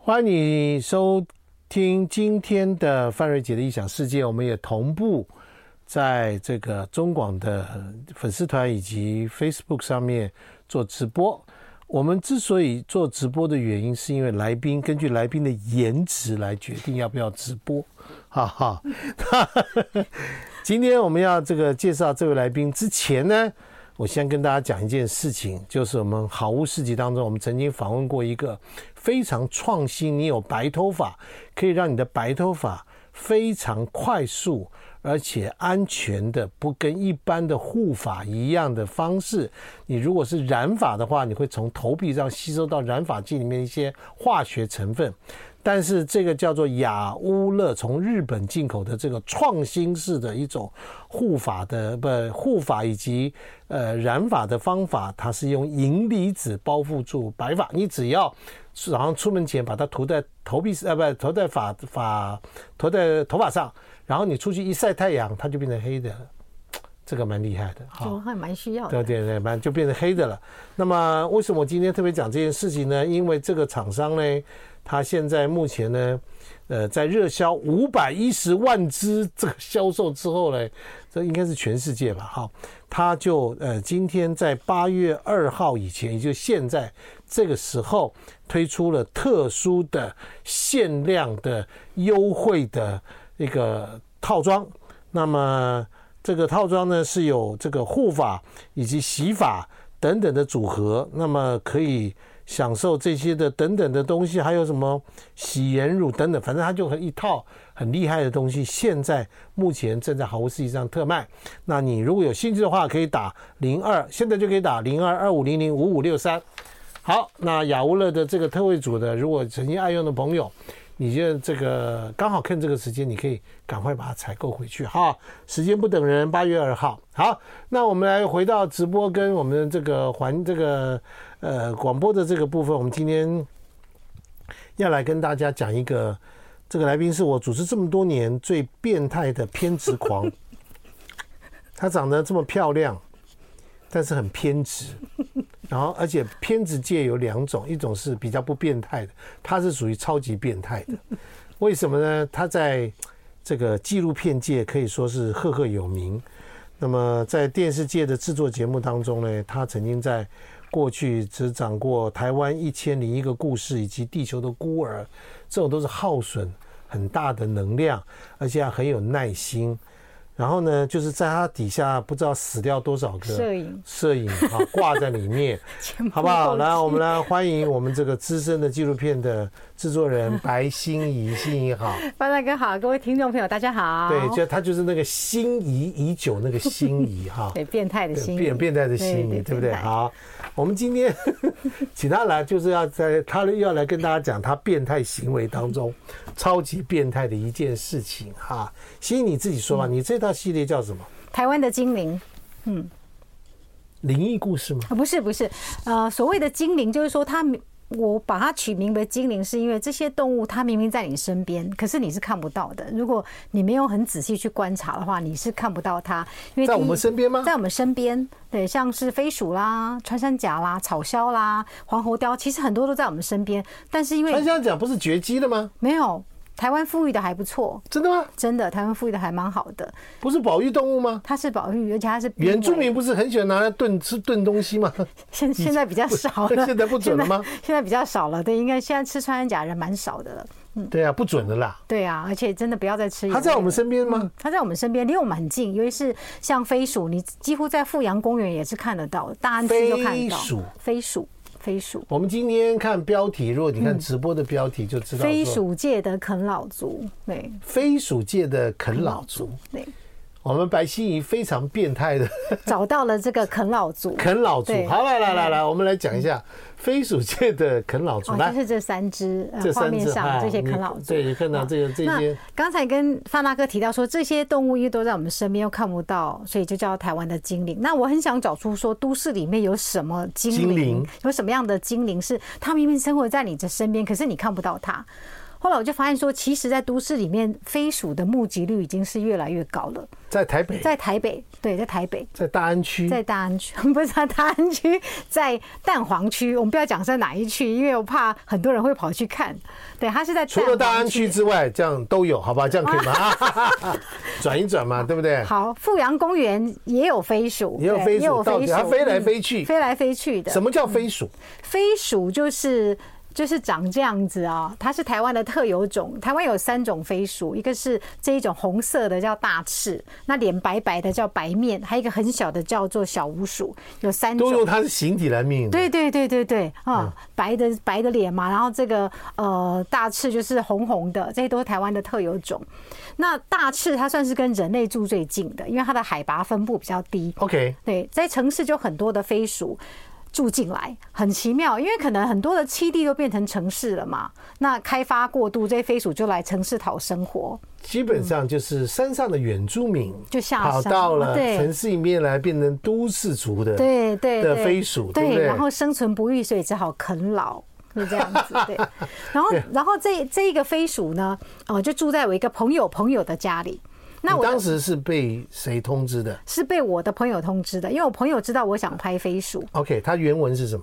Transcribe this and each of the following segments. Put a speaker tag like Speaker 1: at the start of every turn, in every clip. Speaker 1: 欢迎你收听今天的范瑞杰的异想世界，我们也同步在这个中广的粉丝团以及 Facebook 上面做直播。我们之所以做直播的原因，是因为来宾根据来宾的颜值来决定要不要直播，哈哈。 那今天我们要这个介绍这位来宾之前呢，我先跟大家讲一件事情，就是我们好物市集当中，我们曾经访问过一个非常创新，你有白头发，可以让你的白头发非常快速而且安全的，不跟一般的护发一样的方式。你如果是染发的话，你会从头皮上吸收到染发剂里面一些化学成分。但是这个叫做雅乌乐，从日本进口的这个创新式的一种护发的不护发以及呃染发的方法，它是用银离子包覆住白发，你只要早上出门前把它涂在头皮呃不涂在发发涂在头发上，然后你出去一晒太阳，它就变成黑的了，这个蛮厉害的哈。
Speaker 2: 就还蛮需要
Speaker 1: 对
Speaker 2: 的。
Speaker 1: 对对，蛮就变成黑的了。那么为什么我今天特别讲这件事情呢？因为这个厂商呢，它现在目前呢，呃，在热销五百一十万只这个销售之后呢，这应该是全世界吧？哈，它就呃今天在八月二号以前，也就现在这个时候推出了特殊的限量的优惠的一个套装。那么这个套装呢是有这个护发以及洗发等等的组合，那么可以享受这些的等等的东西，还有什么洗颜乳等等，反正它就很一套很厉害的东西。现在目前正在好物市集上特卖，那你如果有兴趣的话，可以打零二，现在就可以打零二二五零零五五六三。好，那雅乌乐的这个特惠组呢，如果曾经爱用的朋友，你觉得这个刚好趁这个时间，你可以赶快把它采购回去哈。时间不等人，八月二号。好，那我们来回到直播跟我们这个环这个呃广播的这个部分，我们今天要来跟大家讲一个，这个来宾是我主持这么多年最变态的偏执狂。 她长得这么漂亮，但是很偏执。 然后，而且偏执界有两种，一种是比较不变态的，他是属于超级变态的。为什么呢？他在这个纪录片界可以说是赫赫有名。那么在电视界的制作节目当中呢，他曾经在过去执掌过《台湾一千零一个故事》以及《地球的孤儿》，这种都是耗损很大的能量，而且还很有耐心。然后呢，就是在他底下不知道死掉多少个
Speaker 2: 摄影
Speaker 1: 摄影啊挂在里 面， 好不 好？来，我们来欢迎我们这个资深的纪录片的制作人白心怡，心怡好。
Speaker 2: 范大哥好，各位听众朋友大家好。，
Speaker 1: 对，就他就是那个心仪已久那个心仪 哈
Speaker 2: 对变态的心，
Speaker 1: 变变态的心仪，对不对？
Speaker 2: 变态
Speaker 1: 好，我们今天 请他来，就是要在他要来跟大家讲他变态行为当中超级变态的一件事情哈。心仪你自己说吧，你这套系列叫什么？
Speaker 2: 台湾的精灵
Speaker 1: 灵异故事吗？
Speaker 2: 啊，不是不是，呃，所谓的精灵就是说它明，我把它取名为精灵，是因为这些动物它明明在你身边，可是你是看不到的。如果你没有很仔细去观察的话，你是看不到它，因为
Speaker 1: 在
Speaker 2: 第一
Speaker 1: 我们身边吗
Speaker 2: 在我们身边，对，像是飞鼠啦、穿山甲啦、草鸮啦、黄喉貂，其实很多都在我们身边，但是因
Speaker 1: 他
Speaker 2: 为
Speaker 1: 这样讲不是绝迹了吗？
Speaker 2: 没有台湾富裕的还不错，
Speaker 1: 真的吗？
Speaker 2: 真的，台湾富裕的还蛮好的。
Speaker 1: 不是保育动物吗？
Speaker 2: 它是保育，而且它是濒危
Speaker 1: 原住民，不是很喜欢拿来炖吃炖东西吗？
Speaker 2: 现现在比较少了。
Speaker 1: 现在不准了吗
Speaker 2: 现在？现在比较少了，对，应该现在吃穿山甲人蛮少的了。
Speaker 1: 对啊，不准的啦。
Speaker 2: 对啊，而且真的不要再吃。
Speaker 1: 他在我们。身边吗？
Speaker 2: 它在我们身边，离我们很近。尤其是像飞鼠，你几乎在富阳公园也是看得到，大安区都看得
Speaker 1: 飞
Speaker 2: 到。
Speaker 1: 鼠，
Speaker 2: 飞鼠，飞鼠，
Speaker 1: 我们今天看标题，如果你看直播的标题就知道说，
Speaker 2: 飞鼠界的啃老族，对，
Speaker 1: 飞鼠界的啃老族，
Speaker 2: 对，
Speaker 1: 我们白心怡非常变态的
Speaker 2: 找到了这个啃老族。
Speaker 1: 啃老族。
Speaker 2: 对嗯
Speaker 1: 好，来来来来，我们来讲一下飞鼠界的啃老族。
Speaker 2: 哦，
Speaker 1: 来
Speaker 2: 就，是这三只，呃
Speaker 1: 这
Speaker 2: 画
Speaker 1: 三
Speaker 2: 面
Speaker 1: 只
Speaker 2: 上
Speaker 1: 哎
Speaker 2: 这些
Speaker 1: 你
Speaker 2: 啃老族。
Speaker 1: 对，你看到这个这
Speaker 2: 那
Speaker 1: 些，
Speaker 2: 刚才跟范大哥提到说，这些动物因为都在我们身边，又看不到，所以就叫台湾的精灵。那我很想找出说，都市里面有什么精灵，
Speaker 1: 精灵
Speaker 2: 有什么样的精灵是它明明生活在你的身边，可是你看不到它。后来我就发现说，其实，在都市里面，飞鼠的募集率已经是越来越高了。
Speaker 1: 在台北，
Speaker 2: 在台北，对，在台北，
Speaker 1: 在大安区，
Speaker 2: 在大安区， 不是在大安区，在蛋黄区。我们不要讲是在哪一区，因为我怕很多人会跑去看。对，它是在
Speaker 1: 除了大
Speaker 2: 蛋黄
Speaker 1: 安区之外，这样都有，好吧？这样可以 吗？ 转一转嘛，对不对？
Speaker 2: 好，富阳公园也有飞鼠，
Speaker 1: 也有
Speaker 2: 对
Speaker 1: 飞
Speaker 2: 也
Speaker 1: 鼠
Speaker 2: 有
Speaker 1: 到
Speaker 2: 飞
Speaker 1: 底它
Speaker 2: 鼠
Speaker 1: 飞来
Speaker 2: 嗯
Speaker 1: 飞去
Speaker 2: 飞来飞去的。嗯
Speaker 1: 什么叫飞鼠？
Speaker 2: 飞鼠就是就是长这样子啊、它是台湾的特有种。台湾有三种飞鼠，一个是这一种红色的叫大翅，那脸白白的叫白面，还有一个很小的叫做小鼯鼠，有三
Speaker 1: 都用
Speaker 2: 种。
Speaker 1: 它的嗯形体来命名。
Speaker 2: 对对对对对，啊、白的白的脸嘛，然后这个呃大翅就是红红的，这些都是台湾的特有种。那大翅它算是跟人类住最近的，因为它的海拔分布比较低，
Speaker 1: ，OK，
Speaker 2: 对，在城市就很多的飞鼠住进来，很奇妙，因为可能很多的栖地都变成城市了嘛，那开发过度，这些飞鼠就来城市讨生活。
Speaker 1: 基本上就是山上的原住民
Speaker 2: 就下
Speaker 1: 跑
Speaker 2: 山
Speaker 1: 到了
Speaker 2: 对
Speaker 1: 城市里面来，变成都市族的。
Speaker 2: 对对
Speaker 1: 的
Speaker 2: 对
Speaker 1: 飞鼠对
Speaker 2: 对，
Speaker 1: 不对
Speaker 2: 然后生存不易，所以只好啃老。就这样子， 对。然后，然后这这一个飞鼠呢，呃，就住在我一个朋友朋友的家里。那
Speaker 1: 你
Speaker 2: 我的
Speaker 1: 当时是被谁通知的
Speaker 2: 是被我的朋友通知的，因为我朋友知道我想拍飞鼠。
Speaker 1: ？OK，它原文是什么？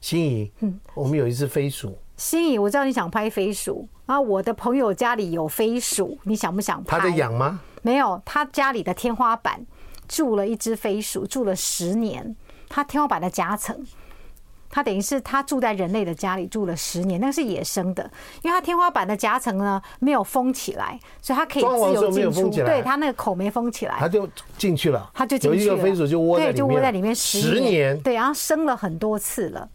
Speaker 1: 心仪，
Speaker 2: 嗯
Speaker 1: 我们有一只飞鼠，
Speaker 2: 心怡，我知道你想拍飞鼠，然后我的朋友家里有飞鼠，你想不想拍？
Speaker 1: 它在养吗？
Speaker 2: 没有，他家里的天花板住了一只飞鼠，住了十年。他天花板的夹层，他等于是他住在人类的家里住了十年，那是野生的，因为他天花板的夹层呢没有封起来，所以它可以
Speaker 1: 装潢
Speaker 2: 自
Speaker 1: 的时候
Speaker 2: 由
Speaker 1: 没有
Speaker 2: 进
Speaker 1: 封
Speaker 2: 出。
Speaker 1: 起来
Speaker 2: 对，它那个口没封起来
Speaker 1: 它。就进去了，
Speaker 2: 哎它就进
Speaker 1: 有一
Speaker 2: 去了，
Speaker 1: 个飞鼠就窝在
Speaker 2: 对，
Speaker 1: 里
Speaker 2: 就
Speaker 1: 面，
Speaker 2: 窝在里面
Speaker 1: 十
Speaker 2: 十
Speaker 1: 年，
Speaker 2: 对，然后生了很多次了，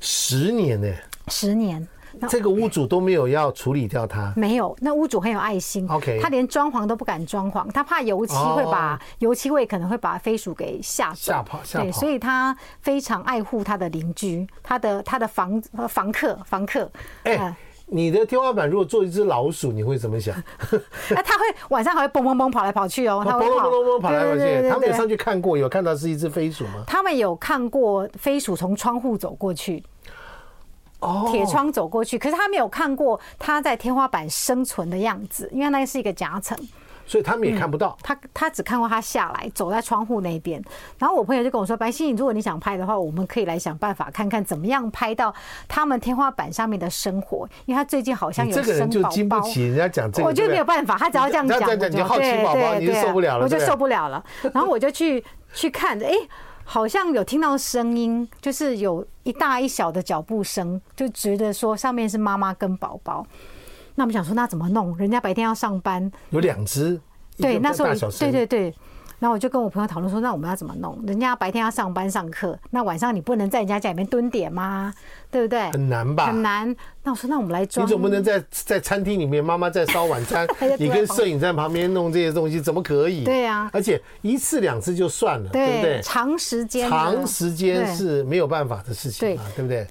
Speaker 1: 十年呢、
Speaker 2: 十年。那
Speaker 1: 这个屋主都没有要处理掉它，
Speaker 2: 没有，那屋主很有爱心
Speaker 1: OK
Speaker 2: 他连装潢都不敢装潢，他怕油漆会把、
Speaker 1: 哦
Speaker 2: 油漆味可能会把飞鼠给吓走
Speaker 1: 吓跑吓跑
Speaker 2: 对，所以他非常爱护他的邻居，他的他的房呃房客房客，
Speaker 1: 哎、
Speaker 2: 呃
Speaker 1: 你的天花板如果做一只老鼠，你会怎 么想？
Speaker 2: 那、啊他会晚上还会蹦蹦蹦跑来跑去哦，
Speaker 1: 它
Speaker 2: 他
Speaker 1: 嘣
Speaker 2: 会
Speaker 1: 嘣
Speaker 2: 跑
Speaker 1: 嘣嘣跑来跑
Speaker 2: 对对
Speaker 1: 去。
Speaker 2: 对
Speaker 1: 他们
Speaker 2: 对
Speaker 1: 有
Speaker 2: 对
Speaker 1: 上去看过，有看到是一只飞鼠吗？
Speaker 2: 他们有看过飞鼠从窗户走过去，
Speaker 1: 哦，
Speaker 2: 铁窗走过去，可是他没有看过它在天花板生存的样子，因为那是一个夹层。
Speaker 1: 所以他
Speaker 2: 嗯
Speaker 1: 们也看不到。
Speaker 2: 他他只看过他下来走在窗户那边，然后我朋友就跟我说：“白欣，如果你想拍的话，我们可以来想办法看看怎么样拍到他们天花板上面的生活，因为他最近好像
Speaker 1: 你
Speaker 2: 有
Speaker 1: 这个人
Speaker 2: 生
Speaker 1: 就
Speaker 2: 宝
Speaker 1: 经不
Speaker 2: 宝。”
Speaker 1: 起人家讲这个，
Speaker 2: 我就
Speaker 1: 对不对
Speaker 2: 没有办法，他只要这样
Speaker 1: 你
Speaker 2: 讲，
Speaker 1: 这样
Speaker 2: 我
Speaker 1: 讲你就好奇
Speaker 2: 对
Speaker 1: 宝宝
Speaker 2: 对
Speaker 1: 你就
Speaker 2: 对
Speaker 1: 受不了了
Speaker 2: 我就
Speaker 1: 对不对
Speaker 2: 受不了了。然后我就去去看，哎，好像有听到声音，就是有一大一小的脚步声，就觉得说上面是妈妈跟宝宝。那我们想说，那怎么弄？人家白天要上班，
Speaker 1: 有两只，一
Speaker 2: 对，
Speaker 1: 个
Speaker 2: 那时候
Speaker 1: 大
Speaker 2: 我
Speaker 1: 小
Speaker 2: 对
Speaker 1: 声，
Speaker 2: 对对。然后我就跟我朋友讨论说，那我们要怎么弄？人家白天要上班上课，那晚上你不能在人家家里面蹲点吗？对不对？
Speaker 1: 很难吧
Speaker 2: 很？难。那我说，那我们来
Speaker 1: 你
Speaker 2: 装。
Speaker 1: 总不能在在餐厅里面，妈妈在烧晚餐
Speaker 2: 还在，
Speaker 1: 你跟摄影在旁边弄这些东西，怎么可以？
Speaker 2: 对啊
Speaker 1: 而且一次两次就算了，对不对？
Speaker 2: 长时间的
Speaker 1: 长时间
Speaker 2: 对
Speaker 1: 是没有办法的事情嘛，对不对？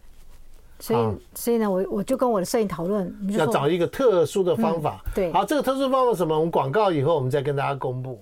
Speaker 2: 所
Speaker 1: 啊
Speaker 2: 以所以呢，我我就跟我的摄影讨论，我们就
Speaker 1: 要
Speaker 2: 说
Speaker 1: 找一个特殊的方法。
Speaker 2: 嗯对
Speaker 1: 好，这个特殊方法是什么？我们广告以后我们再跟大家公布。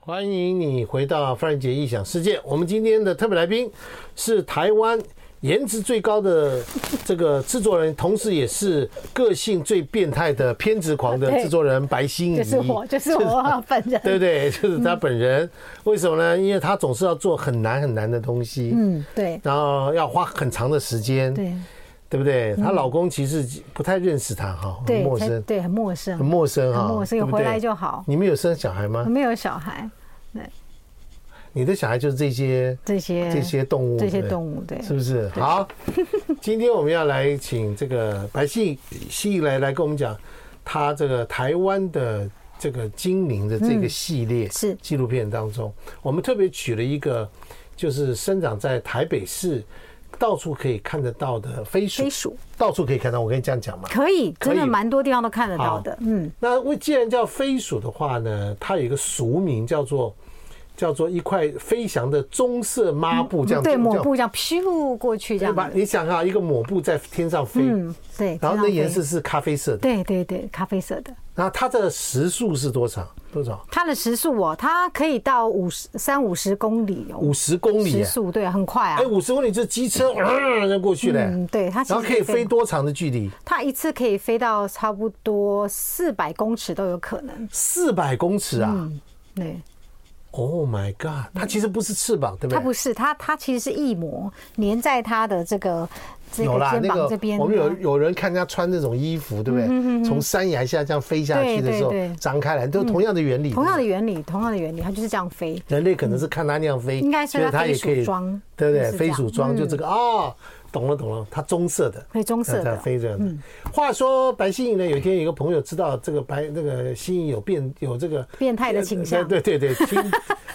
Speaker 1: 欢迎你回到范仁杰异想世界。我们今天的特别来宾是台湾颜值最高的这个制作人，同时也是个性最变态的偏执狂的
Speaker 2: 对
Speaker 1: 制作人白欣怡。
Speaker 2: 就是我，就是我本人。
Speaker 1: 对不对？就是他本人，为什么呢？因为他总是要做很难很难的东西，
Speaker 2: 嗯，对
Speaker 1: 然后要花很长的时间，
Speaker 2: 对嗯
Speaker 1: 对不对？她老公其实不太认识她哈，很
Speaker 2: 对，
Speaker 1: 陌
Speaker 2: 才
Speaker 1: 生，
Speaker 2: 对，很陌
Speaker 1: 很
Speaker 2: 生，
Speaker 1: 陌生哈，
Speaker 2: 很陌生，有
Speaker 1: 对不对
Speaker 2: 回来就好。
Speaker 1: 你们有生小孩吗？
Speaker 2: 没有小孩，
Speaker 1: 你的小孩就是这些
Speaker 2: 这些
Speaker 1: 这些动物，
Speaker 2: 这些动
Speaker 1: 物。
Speaker 2: 物，对，
Speaker 1: 是不是好？今天我们要来请这个白希希来来跟我们讲她这个台湾的这个精灵的这个系列
Speaker 2: 嗯是
Speaker 1: 纪录片当中，我们特别取了一个就是生长在台北市到处可以看得到的飞鼠
Speaker 2: 飞，鼠
Speaker 1: 到处可以看到。我可以这样讲吗？
Speaker 2: 可以，
Speaker 1: 可以
Speaker 2: 真的蛮多地方都看得到的。嗯，
Speaker 1: 那为既然叫飞鼠的话呢，它有一个俗名叫做叫做一块飞翔的棕色抹布，这样
Speaker 2: 嗯对，
Speaker 1: 这样
Speaker 2: 抹布这样咻过去这
Speaker 1: 对
Speaker 2: 样
Speaker 1: 吧？
Speaker 2: 子，
Speaker 1: 你想啊，一个抹布在天上飞，
Speaker 2: 嗯，对。
Speaker 1: 然后那颜
Speaker 2: 非常
Speaker 1: 色是咖啡色的，
Speaker 2: 对对对，咖啡色的。
Speaker 1: 然后它的时速是多少？多少？
Speaker 2: 它的时速哦，它可以到五十三五十公里哦，
Speaker 1: 五十公里
Speaker 2: 时
Speaker 1: 耶，
Speaker 2: 速对，很快啊
Speaker 1: 哎，。五十公里这机车嗯就过去了耶，
Speaker 2: 嗯，对，它其
Speaker 1: 然后
Speaker 2: 实
Speaker 1: 可以飞，多长的距离？
Speaker 2: 它一次可以飞到差不多四百公尺都有可能。
Speaker 1: 四百公尺啊
Speaker 2: 嗯对，
Speaker 1: ！Oh my god！它其实不是翅膀，对不
Speaker 2: 它
Speaker 1: 对？
Speaker 2: 不是，它它其实是翼膜粘在它的这个这
Speaker 1: 有
Speaker 2: 个
Speaker 1: 啦，
Speaker 2: 肩
Speaker 1: 那
Speaker 2: 膀
Speaker 1: 个
Speaker 2: 这边。啊嗯
Speaker 1: 我们有有人看人家穿那种衣服，对不对？从山崖下这样飞下去的时候
Speaker 2: 对对对，
Speaker 1: 张开来都同样的原理。
Speaker 2: 同样的原理，同样的原理，它就是这样飞。
Speaker 1: 人类可能是看他那样飞，
Speaker 2: 嗯应该是
Speaker 1: 觉得
Speaker 2: 它
Speaker 1: 它
Speaker 2: 飞
Speaker 1: 也可以
Speaker 2: 鼠装
Speaker 1: 对不对？
Speaker 2: 是这
Speaker 1: 飞
Speaker 2: 样嗯
Speaker 1: 鼠装就这个哦，懂了懂了，它棕色的，
Speaker 2: 对棕色的嗯
Speaker 1: 这样飞着。话说白心颖呢，有一天有一个朋友知道这个白那个心颖有变有这个呃
Speaker 2: 变态的倾向
Speaker 1: 对对 对，偏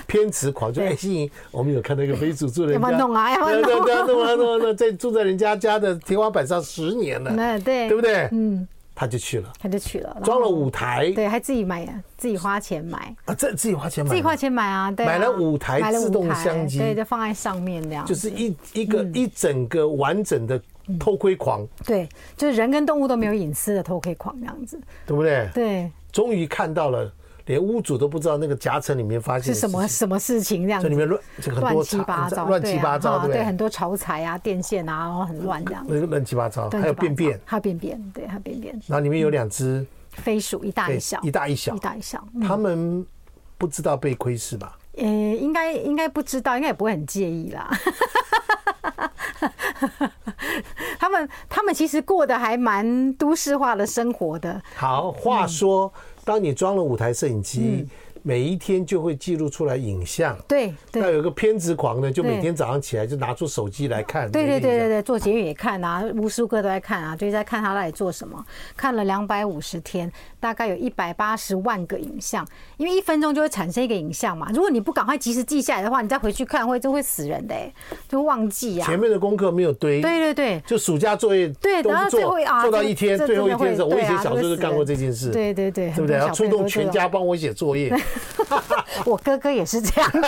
Speaker 1: 偏执狂，就哎心颖，我们有看到一个飞鼠住人
Speaker 2: 要
Speaker 1: 家，
Speaker 2: 不要弄啊要不要弄啊
Speaker 1: 对对对，弄啊弄啊弄啊，在住在人家家的天花板上十年 了，
Speaker 2: 那对
Speaker 1: 对不对？
Speaker 2: 嗯，
Speaker 1: 他就去了，
Speaker 2: 他就去了，然后
Speaker 1: 装了舞台，
Speaker 2: 对，还自己买，自己花钱买，
Speaker 1: 啊，这自己花钱买的，
Speaker 2: 自己花钱买啊，对啊，
Speaker 1: 买了五台
Speaker 2: 买了五
Speaker 1: 自动
Speaker 2: 台
Speaker 1: 相机
Speaker 2: 对，就放在上面这样，
Speaker 1: 就是一一个
Speaker 2: 嗯
Speaker 1: 一整个完整的偷窥狂，
Speaker 2: 对，就是人跟动物都没有隐私的偷窥狂这样子，
Speaker 1: 对不对？
Speaker 2: 对，
Speaker 1: 终于看到了，连屋主都不知道那个夹层里面发现的
Speaker 2: 是
Speaker 1: 事
Speaker 2: 什
Speaker 1: 情
Speaker 2: 么。什么事情这样
Speaker 1: 这
Speaker 2: 子
Speaker 1: 里，面乱，这个很
Speaker 2: 乱
Speaker 1: 多
Speaker 2: 七
Speaker 1: 杂
Speaker 2: 八糟，
Speaker 1: 乱
Speaker 2: 对
Speaker 1: 七
Speaker 2: 啊
Speaker 1: 八糟，
Speaker 2: 哈
Speaker 1: 对不
Speaker 2: 对，
Speaker 1: 对
Speaker 2: 很？多潮材啊、电线啊，然后很乱这样，
Speaker 1: 那个乱七八糟，
Speaker 2: 乱
Speaker 1: 还有
Speaker 2: 七八糟
Speaker 1: 便便，
Speaker 2: 还有便便，对，还有便便，
Speaker 1: 然后里面有两只，
Speaker 2: 飞鼠一嗯大
Speaker 1: 对
Speaker 2: 一小，嗯
Speaker 1: 一大一小
Speaker 2: 一，大一小，
Speaker 1: 他们不知道被窥视吧？
Speaker 2: 呃，应该应该不知道，应该也不会很介意啦。 他们他们其实过得还蛮都市化的生活的，
Speaker 1: 好，话说，当你装了五台摄影机，
Speaker 2: 嗯
Speaker 1: 每一天就会记录出来影像。
Speaker 2: 对对
Speaker 1: 那有个偏执狂呢，就每
Speaker 2: 对
Speaker 1: 天早上起来就拿出手机来看。
Speaker 2: 对
Speaker 1: 这个
Speaker 2: 对对
Speaker 1: 影
Speaker 2: 对
Speaker 1: 像
Speaker 2: 对，做捷运也看啊，无时无刻都在看啊，就是在看他到底做什么。看了两百五十天，大概有一百八十万个影像，因为一分钟就会产生一个影像嘛。如果你不赶快及时记下来的话，你再回去看会就会死人的、欸，就会忘记呀、
Speaker 1: 前面的功课没有堆。
Speaker 2: 对对对，
Speaker 1: 就暑假作业
Speaker 2: 对
Speaker 1: 都
Speaker 2: 然
Speaker 1: 不
Speaker 2: 后最
Speaker 1: 做
Speaker 2: 后，啊
Speaker 1: 做到
Speaker 2: 这
Speaker 1: 一天，
Speaker 2: 这
Speaker 1: 最后一
Speaker 2: 真的
Speaker 1: 天的时候，
Speaker 2: 会
Speaker 1: 我以前
Speaker 2: 对啊
Speaker 1: 小时候就干过这件事，
Speaker 2: 对对对，
Speaker 1: 对不对？
Speaker 2: 很多
Speaker 1: 要
Speaker 2: 小
Speaker 1: 出
Speaker 2: 朋友
Speaker 1: 动
Speaker 2: 都这
Speaker 1: 全
Speaker 2: 样
Speaker 1: 家帮我写作业。
Speaker 2: 我哥哥也是这样子，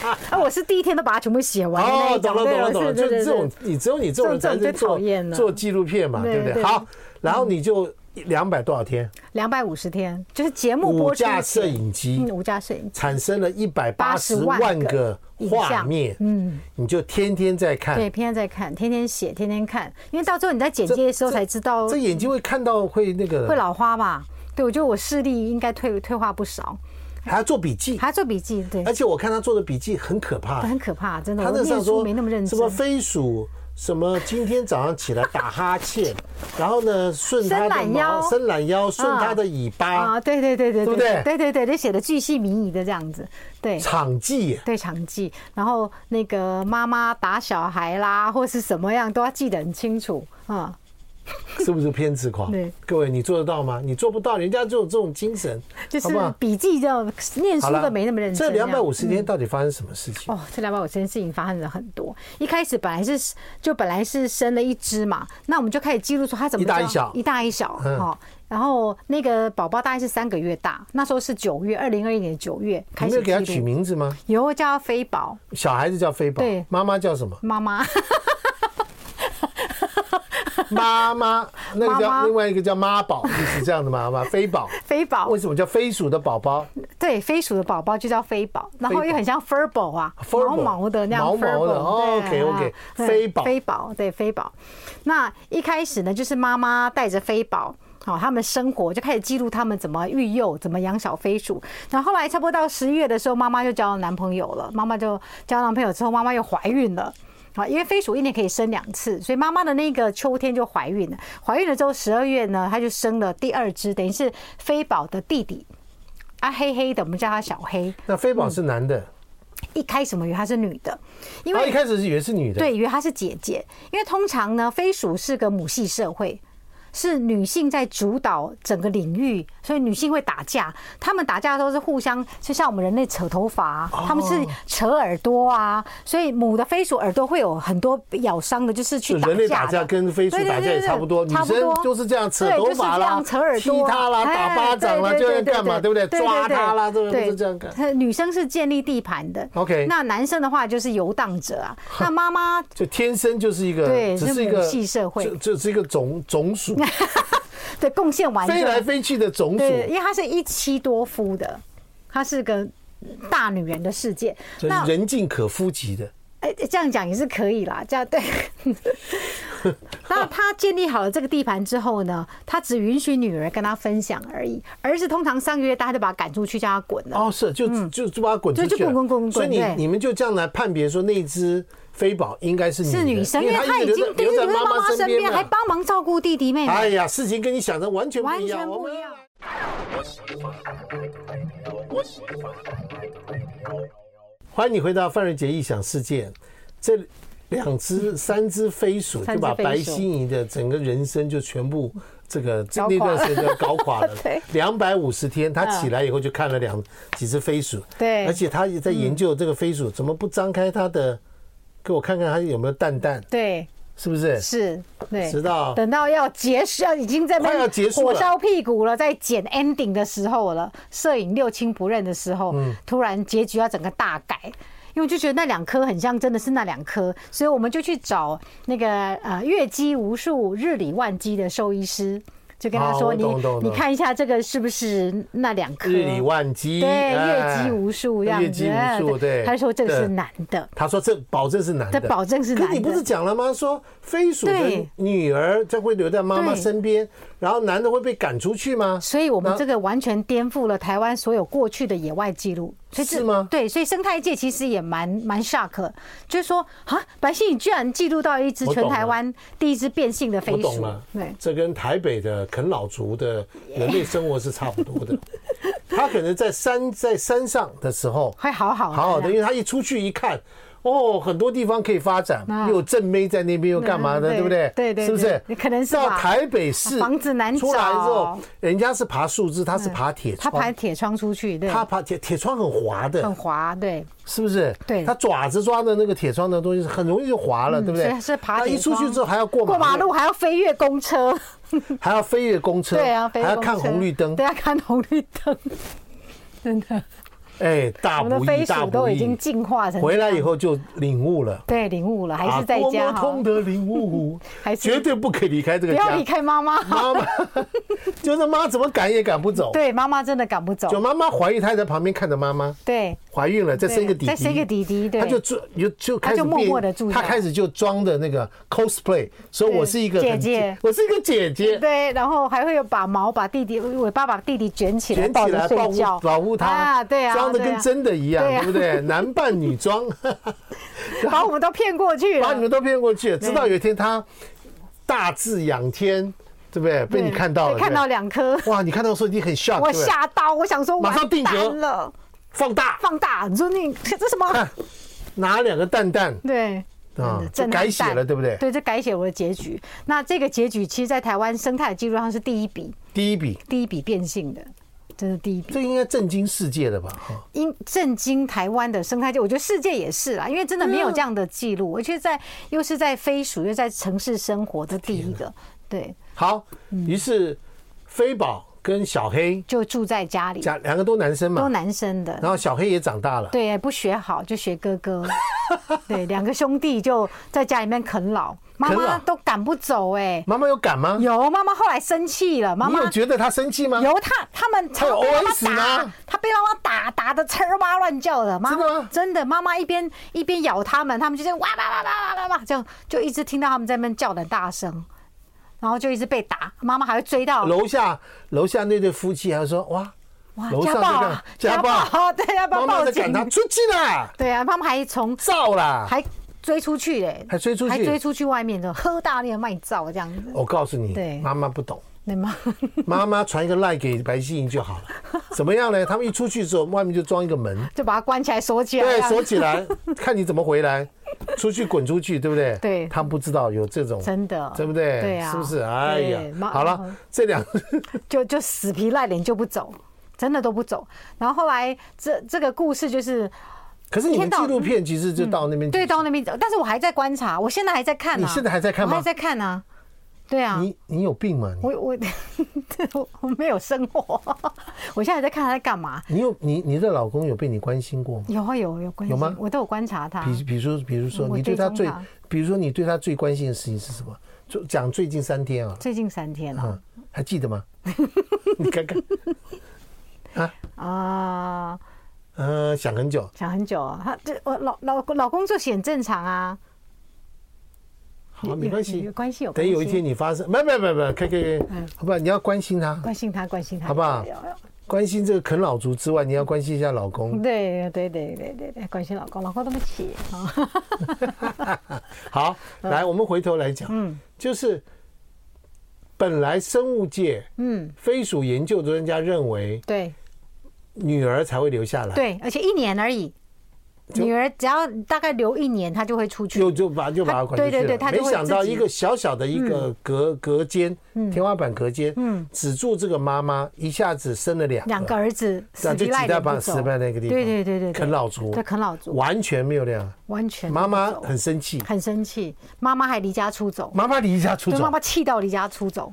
Speaker 2: 啊，我是第一天都把它全部写完的那
Speaker 1: 哦，
Speaker 2: 一种，
Speaker 1: 懂了懂了懂了，
Speaker 2: 对
Speaker 1: 就
Speaker 2: 对对
Speaker 1: 这
Speaker 2: 对
Speaker 1: 种，你只有你这种人
Speaker 2: 这
Speaker 1: 才
Speaker 2: 种
Speaker 1: 能
Speaker 2: 最讨
Speaker 1: 做
Speaker 2: 厌了
Speaker 1: 做纪录片嘛，
Speaker 2: 对
Speaker 1: 对不对？
Speaker 2: 对嗯
Speaker 1: 好，然后你就两百多少天，
Speaker 2: 两百五十天，就是节目
Speaker 1: 五
Speaker 2: 播出
Speaker 1: 架
Speaker 2: 前
Speaker 1: 摄影机
Speaker 2: 嗯，无价摄影机，
Speaker 1: 产生了一百八十
Speaker 2: 80
Speaker 1: 万
Speaker 2: 万
Speaker 1: 个
Speaker 2: 个
Speaker 1: 画面，嗯，你就天天在看
Speaker 2: 对，，天天在看，天天写，天天看，因为到最后你在剪接的时候才知道
Speaker 1: 这眼睛会看到会那
Speaker 2: 会
Speaker 1: 个，
Speaker 2: 老花吧？对，我觉得我视力应该退退化不少，
Speaker 1: 还要做笔记，
Speaker 2: 还要做笔记，对，
Speaker 1: 而且我看他做的笔记很可怕，
Speaker 2: 很可怕，真的，
Speaker 1: 他
Speaker 2: 哦我
Speaker 1: 那上
Speaker 2: 念
Speaker 1: 说
Speaker 2: 书没那么认
Speaker 1: 什
Speaker 2: 真
Speaker 1: 么。飞鼠，什么今天早上起来打哈 欠，然后呢顺它的
Speaker 2: 伸懒
Speaker 1: 毛，
Speaker 2: 腰
Speaker 1: 伸懒腰，顺它的尾巴，
Speaker 2: 啊，对对对对
Speaker 1: 对不对
Speaker 2: 对对对，就写的巨细靡遗的这样子，对，
Speaker 1: 场记耶。
Speaker 2: 对场记，然后那个妈妈打小孩啦，或是什么样都要记得很清楚啊、
Speaker 1: 是不是偏执狂？
Speaker 2: 对，
Speaker 1: 各位你做得到吗？你做不到，人家就有这种精神，
Speaker 2: 就是
Speaker 1: 好不好？
Speaker 2: 笔记就念
Speaker 1: 好
Speaker 2: 书
Speaker 1: 了，
Speaker 2: 的没那么认真
Speaker 1: 这
Speaker 2: 这样。
Speaker 1: 两百五十天到底发生什么事情？
Speaker 2: 哦，这两百五十件事情发生了很多。一开始本来是就本来是生了一只嘛，那我们就开始记录说它怎么
Speaker 1: 一大
Speaker 2: 这
Speaker 1: 一
Speaker 2: 样
Speaker 1: 小
Speaker 2: 一大一小
Speaker 1: 嗯
Speaker 2: 哦。然后那个宝宝大概是三个月大，那时候是九月，二零二一年九月
Speaker 1: 你
Speaker 2: 开
Speaker 1: 没
Speaker 2: 始
Speaker 1: 有给他
Speaker 2: 记
Speaker 1: 取
Speaker 2: 录，
Speaker 1: 名字吗？
Speaker 2: 有叫它飞宝
Speaker 1: 小孩子叫飞宝
Speaker 2: 对，
Speaker 1: 妈妈叫什么
Speaker 2: ？妈妈，
Speaker 1: 妈妈，那个
Speaker 2: 妈
Speaker 1: 叫
Speaker 2: 妈
Speaker 1: 另外一个叫妈 宝，就是这样的妈妈。飞宝，
Speaker 2: 飞宝
Speaker 1: 为什么叫飞鼠的宝宝？
Speaker 2: 对，飞鼠的宝宝就叫飞宝，然后又很像 Furbo 啊，
Speaker 1: Furbo，
Speaker 2: 毛毛的那样
Speaker 1: 毛毛的
Speaker 2: Furbo，
Speaker 1: 哦
Speaker 2: 对啊
Speaker 1: OK，OK，
Speaker 2: 对
Speaker 1: 飞宝
Speaker 2: 飞宝对飞宝。那一开始呢，就是妈妈带着飞宝。好，他们生活就开始记录他们怎么育幼，怎么养小飞鼠。然后后来差不多到十一月的时候，妈妈就交男朋友了。妈妈就交男朋友之后，妈妈又怀孕了。啊，因为飞鼠一年可以生两次，所以妈妈的那个秋天就怀孕了。怀孕了之后，十二月呢，她就生了第二只，等于是飞宝的弟弟。啊，黑黑的，我们叫她小黑。
Speaker 1: 那飞宝是男
Speaker 2: 嗯
Speaker 1: 的，
Speaker 2: 一开始我们以为她是女的，因
Speaker 1: 然后
Speaker 2: 为
Speaker 1: 哦一开始是以为是女的，
Speaker 2: 对，以为她是姐姐，因为通常呢，飞鼠是个母系社会。是女性在主导整个领域，所以女性会打架。她们打架的时候是互相，就像我们人类扯头发、啊，
Speaker 1: 哦
Speaker 2: 她们是扯耳朵啊。所以母的飞鼠耳朵会有很多咬伤的，就是去
Speaker 1: 就
Speaker 2: 打架的。
Speaker 1: 人类打架跟飞鼠
Speaker 2: 对对
Speaker 1: 打架
Speaker 2: 对
Speaker 1: 也
Speaker 2: 对
Speaker 1: 差不多，女
Speaker 2: 差不
Speaker 1: 生
Speaker 2: 多
Speaker 1: 就是这样扯
Speaker 2: 对
Speaker 1: 头
Speaker 2: 就是
Speaker 1: 发
Speaker 2: 这
Speaker 1: 啦、
Speaker 2: 样扯耳
Speaker 1: 踢
Speaker 2: 朵
Speaker 1: 他啦、
Speaker 2: 哎
Speaker 1: 打巴掌啦，
Speaker 2: 对对
Speaker 1: 就要
Speaker 2: 对对
Speaker 1: 干嘛，对不对？抓他啦，这不是这样干。
Speaker 2: 对女生是建立地盘的
Speaker 1: OK
Speaker 2: 那男生的话就是游荡者 啊。那妈妈
Speaker 1: 就天生就是一个，
Speaker 2: 对
Speaker 1: 只
Speaker 2: 是
Speaker 1: 是一
Speaker 2: 母
Speaker 1: 个
Speaker 2: 系社会
Speaker 1: 就就是一个种种 属，
Speaker 2: 的贡献完之后
Speaker 1: 飞来飞去的种属。
Speaker 2: 对，因为她是一妻多夫的，她是个大女人的世界。
Speaker 1: 这
Speaker 2: 那
Speaker 1: 人尽可夫及的，
Speaker 2: 哎，这样讲也是可以啦，这样 对。那他建立好了这个地盘之后呢，他只允许女儿跟他分享而已。儿子通常三个月大他就把他赶出去，叫他滚了。
Speaker 1: 哦，是，就、就就把它滚出去
Speaker 2: 嗯就就
Speaker 1: 了
Speaker 2: 滚滚滚滚
Speaker 1: 所以你
Speaker 2: 对
Speaker 1: 你们就这样来判别说那只飞宝应该是女的
Speaker 2: 是女生，
Speaker 1: 因
Speaker 2: 因
Speaker 1: 为
Speaker 2: 为
Speaker 1: 她
Speaker 2: 她
Speaker 1: 一
Speaker 2: 已
Speaker 1: 直
Speaker 2: 经
Speaker 1: 留
Speaker 2: 对
Speaker 1: 在
Speaker 2: 在
Speaker 1: 妈
Speaker 2: 妈
Speaker 1: 妈
Speaker 2: 妈身
Speaker 1: 边
Speaker 2: 边，
Speaker 1: 嘛
Speaker 2: 还帮忙照顾弟弟妹
Speaker 1: 哎
Speaker 2: 妹，
Speaker 1: 呀，事情跟你想的完全不
Speaker 2: 完
Speaker 1: 一样。
Speaker 2: 全
Speaker 1: 我
Speaker 2: 不
Speaker 1: 们
Speaker 2: 一样。
Speaker 1: 欢迎你回到范瑞杰异想世界。这两只、三只飞鼠
Speaker 2: 三
Speaker 1: 就
Speaker 2: 只
Speaker 1: 把
Speaker 2: 飞
Speaker 1: 白
Speaker 2: 鼠
Speaker 1: 心怡的整个人生就全部这个这
Speaker 2: 搞
Speaker 1: 那
Speaker 2: 垮
Speaker 1: 段
Speaker 2: 了。
Speaker 1: 时间就搞垮了
Speaker 2: 对
Speaker 1: 两百五十天，她
Speaker 2: 嗯
Speaker 1: 起来以后就看了两几只飞鼠，
Speaker 2: 对
Speaker 1: 而且她也在研究这个飞鼠怎么不张开它的，给我看看它有没有蛋蛋，
Speaker 2: 对，
Speaker 1: 是不是？
Speaker 2: 是，对。
Speaker 1: 直到
Speaker 2: 等到要结束，要已经在那边
Speaker 1: 快要结束了
Speaker 2: 火烧屁股了，在剪 ending 的时候了，摄影六亲不认的时候，
Speaker 1: 嗯
Speaker 2: 突然结局要整个大改。因为我就觉得那两颗很像，真的是那两颗，所以我们就去找那个呃月姬无数，日理万机的兽医师，就跟他
Speaker 1: 哦
Speaker 2: 说：“
Speaker 1: 我
Speaker 2: 你
Speaker 1: 懂懂
Speaker 2: 你
Speaker 1: 懂
Speaker 2: 看一下这个是不是那两颗？”
Speaker 1: 日理万机，
Speaker 2: 对，
Speaker 1: 哎
Speaker 2: 月姬无数这样子，哎
Speaker 1: 月姬无数，对。
Speaker 2: 他说这个
Speaker 1: 对
Speaker 2: 是男的，
Speaker 1: 他说这保证是男的，
Speaker 2: 这保证是
Speaker 1: 可
Speaker 2: 男
Speaker 1: 你不是
Speaker 2: 的。
Speaker 1: 讲了吗？说飞鼠的
Speaker 2: 对
Speaker 1: 女儿将会留在妈妈
Speaker 2: 对
Speaker 1: 身边，然后男的会被赶出去吗？
Speaker 2: 所以我们
Speaker 1: 那
Speaker 2: 这个完全颠覆了台湾所有过去的野外记录，所以这
Speaker 1: 是吗
Speaker 2: 对，所以生态界其实也蛮蛮 shock，就是说啊，白星蚁居然记录到一只
Speaker 1: 我懂了
Speaker 2: 全台湾第一只变性的
Speaker 1: 我
Speaker 2: 飞
Speaker 1: 懂
Speaker 2: 鼠
Speaker 1: 了，，
Speaker 2: 对，
Speaker 1: 这跟台北的啃老族的人类生活是差不 多的。他可能在山在山上的时候，
Speaker 2: 会好啊好
Speaker 1: 好好的，
Speaker 2: 啦
Speaker 1: 因为他一出去一看，哦，很多地方可以发展，
Speaker 2: 啊
Speaker 1: 又有正妹在那边，又干嘛的，
Speaker 2: 嗯
Speaker 1: 对不对？
Speaker 2: 对对
Speaker 1: 是不是
Speaker 2: 对？可能是
Speaker 1: 到
Speaker 2: 吧
Speaker 1: 台北市
Speaker 2: 房子难
Speaker 1: 出来之后
Speaker 2: 找，
Speaker 1: 人家是爬树枝，他是爬铁
Speaker 2: 他
Speaker 1: 窗，
Speaker 2: 爬铁窗出去，对，
Speaker 1: 他爬铁铁窗很滑的
Speaker 2: 很，滑，对，
Speaker 1: 是不是？
Speaker 2: 对
Speaker 1: 他爪子抓的那个铁窗的东西很容易就滑了，对不
Speaker 2: 所
Speaker 1: 对？
Speaker 2: 以是爬
Speaker 1: 他一
Speaker 2: 铁
Speaker 1: 出
Speaker 2: 窗
Speaker 1: 去之后还要过
Speaker 2: 过马
Speaker 1: 马
Speaker 2: 路还要飞越公 车，
Speaker 1: 还要飞越公车，
Speaker 2: 对啊，飞
Speaker 1: 还
Speaker 2: 越
Speaker 1: 要
Speaker 2: 公
Speaker 1: 看
Speaker 2: 车
Speaker 1: 红绿灯
Speaker 2: 对，，要看红绿灯， 真的，
Speaker 1: 哎，大
Speaker 2: 我们
Speaker 1: 不
Speaker 2: 的飞
Speaker 1: 易，大
Speaker 2: 鼠
Speaker 1: 不
Speaker 2: 都已经
Speaker 1: 易。
Speaker 2: 进化成
Speaker 1: 回来以
Speaker 2: 这样
Speaker 1: 后就领悟了，
Speaker 2: 对领悟了，还
Speaker 1: 啊
Speaker 2: 是在
Speaker 1: 多
Speaker 2: 家
Speaker 1: 么
Speaker 2: 好
Speaker 1: 痛，的领悟，
Speaker 2: 还是
Speaker 1: 绝对不可以离开这个
Speaker 2: 不要
Speaker 1: 家
Speaker 2: 离。开妈妈好。
Speaker 1: 妈 妈就是妈怎么赶也赶不走，
Speaker 2: 对，妈妈真的赶不走
Speaker 1: 就。妈妈怀孕，她还在旁边看着妈妈
Speaker 2: 对，
Speaker 1: 怀孕了，再生一个
Speaker 2: 对
Speaker 1: 弟弟，
Speaker 2: 再生一个弟弟，对，
Speaker 1: 他就做，就就开始
Speaker 2: 他就默
Speaker 1: 变
Speaker 2: 默地住
Speaker 1: 他
Speaker 2: 下
Speaker 1: 开始就装的那个 cosplay，所以
Speaker 2: 对
Speaker 1: 我是一个很
Speaker 2: 姐姐
Speaker 1: 我是一个姐姐，
Speaker 2: 对，然后还会有把毛把弟弟尾巴把弟弟卷起来
Speaker 1: 卷
Speaker 2: 抱
Speaker 1: 起
Speaker 2: 着
Speaker 1: 来保
Speaker 2: 睡觉，
Speaker 1: 护保护他
Speaker 2: 啊，对啊，
Speaker 1: 装的
Speaker 2: 对
Speaker 1: 跟
Speaker 2: 啊
Speaker 1: 真的一样，
Speaker 2: 对啊啊
Speaker 1: 对不 对？男扮女装，
Speaker 2: 把我们都骗过去
Speaker 1: 把你
Speaker 2: 了。
Speaker 1: 们都骗过去了，直到有一天他大智仰天，对不对？被你
Speaker 2: 对
Speaker 1: 看到了，
Speaker 2: 对看到
Speaker 1: 对
Speaker 2: 两颗，
Speaker 1: 不对哇！你看到的时候你很 shock，
Speaker 2: 我
Speaker 1: 对不对
Speaker 2: 吓到，我想说
Speaker 1: 马上
Speaker 2: 完
Speaker 1: 定格
Speaker 2: 蛋了，
Speaker 1: 放大
Speaker 2: 放大，你说你这什么？
Speaker 1: 看拿两个蛋蛋
Speaker 2: 对。
Speaker 1: 啊，就
Speaker 2: 震撼
Speaker 1: 改写
Speaker 2: 弹
Speaker 1: 了，对不对？
Speaker 2: 对，这改写我的结局。那这个结局，其实，在台湾生态记录上是第一笔，
Speaker 1: 第一笔，
Speaker 2: 第一笔变性的，这是第一笔。
Speaker 1: 这应该震惊世界的吧？哈，
Speaker 2: 因震惊台湾的生态界，我觉得世界也是啦，啊因为真的没有这样的记
Speaker 1: 嗯
Speaker 2: 录，而且在又是在飞鼠，又在城市生活的第一个，对，
Speaker 1: 好，
Speaker 2: 嗯
Speaker 1: 于是飞宝跟小黑
Speaker 2: 就住在家里，
Speaker 1: 讲两个都男生
Speaker 2: 都
Speaker 1: 嘛，
Speaker 2: 男生
Speaker 1: 然
Speaker 2: 的，
Speaker 1: 后小黑也长大了，
Speaker 2: 对，不学好就学哥 哥，对，两个兄弟就在家里面啃老，妈
Speaker 1: 啃老
Speaker 2: 妈都赶不走，哎，
Speaker 1: 妈妈有敢吗？
Speaker 2: 有妈妈后来生气了，妈
Speaker 1: 你
Speaker 2: 妈
Speaker 1: 有觉得他生气吗？
Speaker 2: 由他他们
Speaker 1: 他有
Speaker 2: 常被妈妈
Speaker 1: OS 吗
Speaker 2: 打，他被妈妈打打的呲儿哇乱叫的，妈
Speaker 1: 真的吗
Speaker 2: 妈真的妈妈一边一边咬他们，他们就这样哇哇哇哇哇哇哇，这样就一直听到他们在那边叫的大声，然后就一直被打，妈妈还会追到
Speaker 1: 楼下楼下那对夫妻还说哇，
Speaker 2: 哇
Speaker 1: 楼
Speaker 2: 家
Speaker 1: 上
Speaker 2: 暴
Speaker 1: 这个
Speaker 2: 啊
Speaker 1: 家暴，，
Speaker 2: 对要不
Speaker 1: 妈
Speaker 2: 要
Speaker 1: 妈
Speaker 2: 报
Speaker 1: 在赶
Speaker 2: 警
Speaker 1: 他？出去啦，
Speaker 2: 对啊，妈妈还从
Speaker 1: 造啦。
Speaker 2: 还追出去嘞，
Speaker 1: 还追出去
Speaker 2: 还追出去外面的喝大力的卖照这样子，
Speaker 1: 我告诉你
Speaker 2: 对，
Speaker 1: 妈妈不懂，
Speaker 2: 对吗？
Speaker 1: 妈妈传一个赖给白希莹就好了。怎么样呢？他们一出去之后，外面就装一个门，
Speaker 2: 就把它关起来锁起来这
Speaker 1: 对，
Speaker 2: 样，
Speaker 1: 锁起来，看你怎么回来。出去滚出去，对不对？
Speaker 2: 对
Speaker 1: 他们不知道有这种，
Speaker 2: 真的，
Speaker 1: 对不对？
Speaker 2: 对啊，
Speaker 1: 是不是？哎
Speaker 2: 对
Speaker 1: 呀，
Speaker 2: 妈嗯
Speaker 1: 好了，这两
Speaker 2: 就就死皮赖脸就不走，真的都不走。然后后来这这个故事就是。
Speaker 1: 可是你们
Speaker 2: 一天到
Speaker 1: 纪录片其实就到那边去，
Speaker 2: 对，到那边走，但是我还在观察，我现在还在看、啊。
Speaker 1: 你现在还在看吗
Speaker 2: 我还在看啊，对啊，
Speaker 1: 你你有病吗？
Speaker 2: 我我我我没有生活，我现在还在看他在干嘛。
Speaker 1: 你你有你你的老公有被你关心过吗？
Speaker 2: 有啊有有关系
Speaker 1: 有吗
Speaker 2: 我都有观察他。
Speaker 1: 比比如说比如说
Speaker 2: 我
Speaker 1: 你对
Speaker 2: 追踪
Speaker 1: 他最
Speaker 2: 他，
Speaker 1: 比如说你对他最关心的事情是什么？就讲最近三天啊，
Speaker 2: 最近三天啊
Speaker 1: 嗯，还记得吗？ 你看看，嗯
Speaker 2: 啊、
Speaker 1: 呃，想很久，
Speaker 2: 想很久啊。他这我老老老公作息很正常啊，
Speaker 1: 好，没关系
Speaker 2: 有，关系有嗯关
Speaker 1: 等
Speaker 2: 系。
Speaker 1: 有一天你发生，没没没没，可以可以，可以好吧，你要关心他，
Speaker 2: 关心他，关心他，
Speaker 1: 好不好
Speaker 2: 有有有
Speaker 1: 关心这个啃老族之外，你要关心一下老公。
Speaker 2: 对对对对对对，关心老公，老公对不起啊。
Speaker 1: 好，
Speaker 2: 嗯
Speaker 1: 来，我们回头来讲，就是本来生物界
Speaker 2: 嗯，
Speaker 1: 非属研究专家认为
Speaker 2: 对
Speaker 1: 女儿才会留下来，
Speaker 2: 对，而且一年而已，
Speaker 1: 就
Speaker 2: 女儿只要大概留一年，她就会出去。
Speaker 1: 就就把就把它
Speaker 2: 他
Speaker 1: 管出去了。
Speaker 2: 对对对他就
Speaker 1: 没
Speaker 2: 会
Speaker 1: 想到
Speaker 2: 自己
Speaker 1: 一个小小的一个隔、隔间，天花板隔间，
Speaker 2: 嗯
Speaker 1: 只住这个妈妈，一下子生了两
Speaker 2: 两个儿子
Speaker 1: 这
Speaker 2: 死
Speaker 1: 样就
Speaker 2: 皮
Speaker 1: 挤
Speaker 2: 赖
Speaker 1: 在
Speaker 2: 脸
Speaker 1: 把
Speaker 2: 不走
Speaker 1: 死，在那个地方，
Speaker 2: 对对对对
Speaker 1: 啃
Speaker 2: 对，
Speaker 1: 老族
Speaker 2: 对，啃老族，
Speaker 1: 完全没有那样。
Speaker 2: 完全
Speaker 1: 妈妈
Speaker 2: 都不走
Speaker 1: 很生气，
Speaker 2: 很生气，妈妈还离家出走，
Speaker 1: 妈妈离家出
Speaker 2: 对，
Speaker 1: 走
Speaker 2: 妈，妈气到离家出走。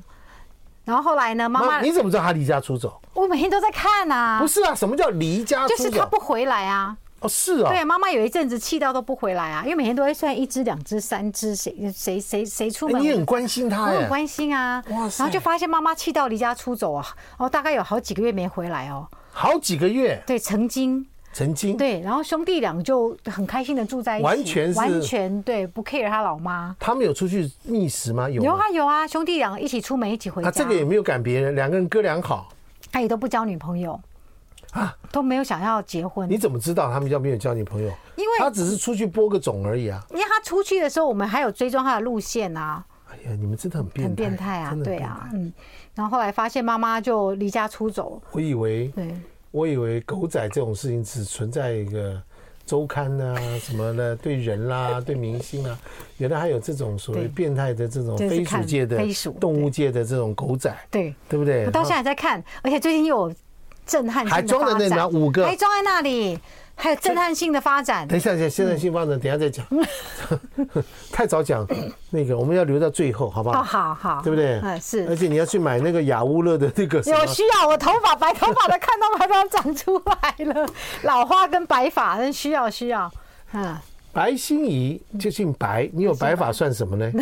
Speaker 2: 然后后来呢，妈妈
Speaker 1: 你怎么知道她离家出走？
Speaker 2: 我每天都在看啊
Speaker 1: 不，是啊，什么叫离家
Speaker 2: 就
Speaker 1: 出
Speaker 2: 是她
Speaker 1: 走？
Speaker 2: 不回来啊。
Speaker 1: 哦，是啊，
Speaker 2: 对，妈妈有一阵子气到都不回来啊，因为每天都会算一只、两只、三只，谁谁谁谁出
Speaker 1: 哎
Speaker 2: 门，
Speaker 1: 你很关心她
Speaker 2: 我很
Speaker 1: 哎，
Speaker 2: 关心啊。
Speaker 1: 哇
Speaker 2: 然
Speaker 1: 塞
Speaker 2: 后就发现妈妈气到离家出走啊，哦，大概有好几个月没回来哦。
Speaker 1: 好几个月，
Speaker 2: 对，曾经
Speaker 1: 曾经，
Speaker 2: 对，然后兄弟俩就很开心的住在一起，
Speaker 1: 完全是
Speaker 2: 完全对，不 care 他老妈。
Speaker 1: 他们有出去觅食吗？有
Speaker 2: 有
Speaker 1: 吗？
Speaker 2: 啊有啊，兄弟俩一起出门，一起回家。
Speaker 1: 啊，这个也没有赶别人，两个人哥俩好，
Speaker 2: 他也都不交女朋友
Speaker 1: 啊，
Speaker 2: 都没有想要结婚。
Speaker 1: 你怎啊么知道他们要没有交女朋友？
Speaker 2: 因为
Speaker 1: 他只是出去播个种而已啊。
Speaker 2: 因为他出去的时候，我们还有追踪他的路线啊，
Speaker 1: 哎呀，你们真的很变态，
Speaker 2: 很变态啊
Speaker 1: 真，的很
Speaker 2: 对
Speaker 1: 变态
Speaker 2: 啊，。嗯。然后后来发现妈妈就离家出走，
Speaker 1: 我以为
Speaker 2: 对，
Speaker 1: 我以为狗仔这种事情只存在一个周刊 啊什么的，对人啦、对明星啊，原来还有这种所谓
Speaker 2: 对
Speaker 1: 变态的这种
Speaker 2: 真是
Speaker 1: 非属
Speaker 2: 看
Speaker 1: 界的
Speaker 2: 非属
Speaker 1: 动物界的这种狗仔，
Speaker 2: 对
Speaker 1: 对不对？
Speaker 2: 我到现在还在看，而且最近又有震撼性的
Speaker 1: 还装在那里
Speaker 2: 发展
Speaker 1: 吗五个哎
Speaker 2: 还装在那里，还有震撼性的发展
Speaker 1: 等。一下，等一下现在新发展，等一下再 讲，太早讲，那个我们要留到最后，好不
Speaker 2: 哦，
Speaker 1: 好？
Speaker 2: 好好，
Speaker 1: 对不对？哎
Speaker 2: 嗯，
Speaker 1: 而
Speaker 2: 是。
Speaker 1: 且你要去买那个雅乌乐的那个什么
Speaker 2: 有需要，我头发白头发的看到白发长出来了，老花跟白发，真需要需要，嗯。
Speaker 1: 白心怡就姓白，你有白发算什么 呢？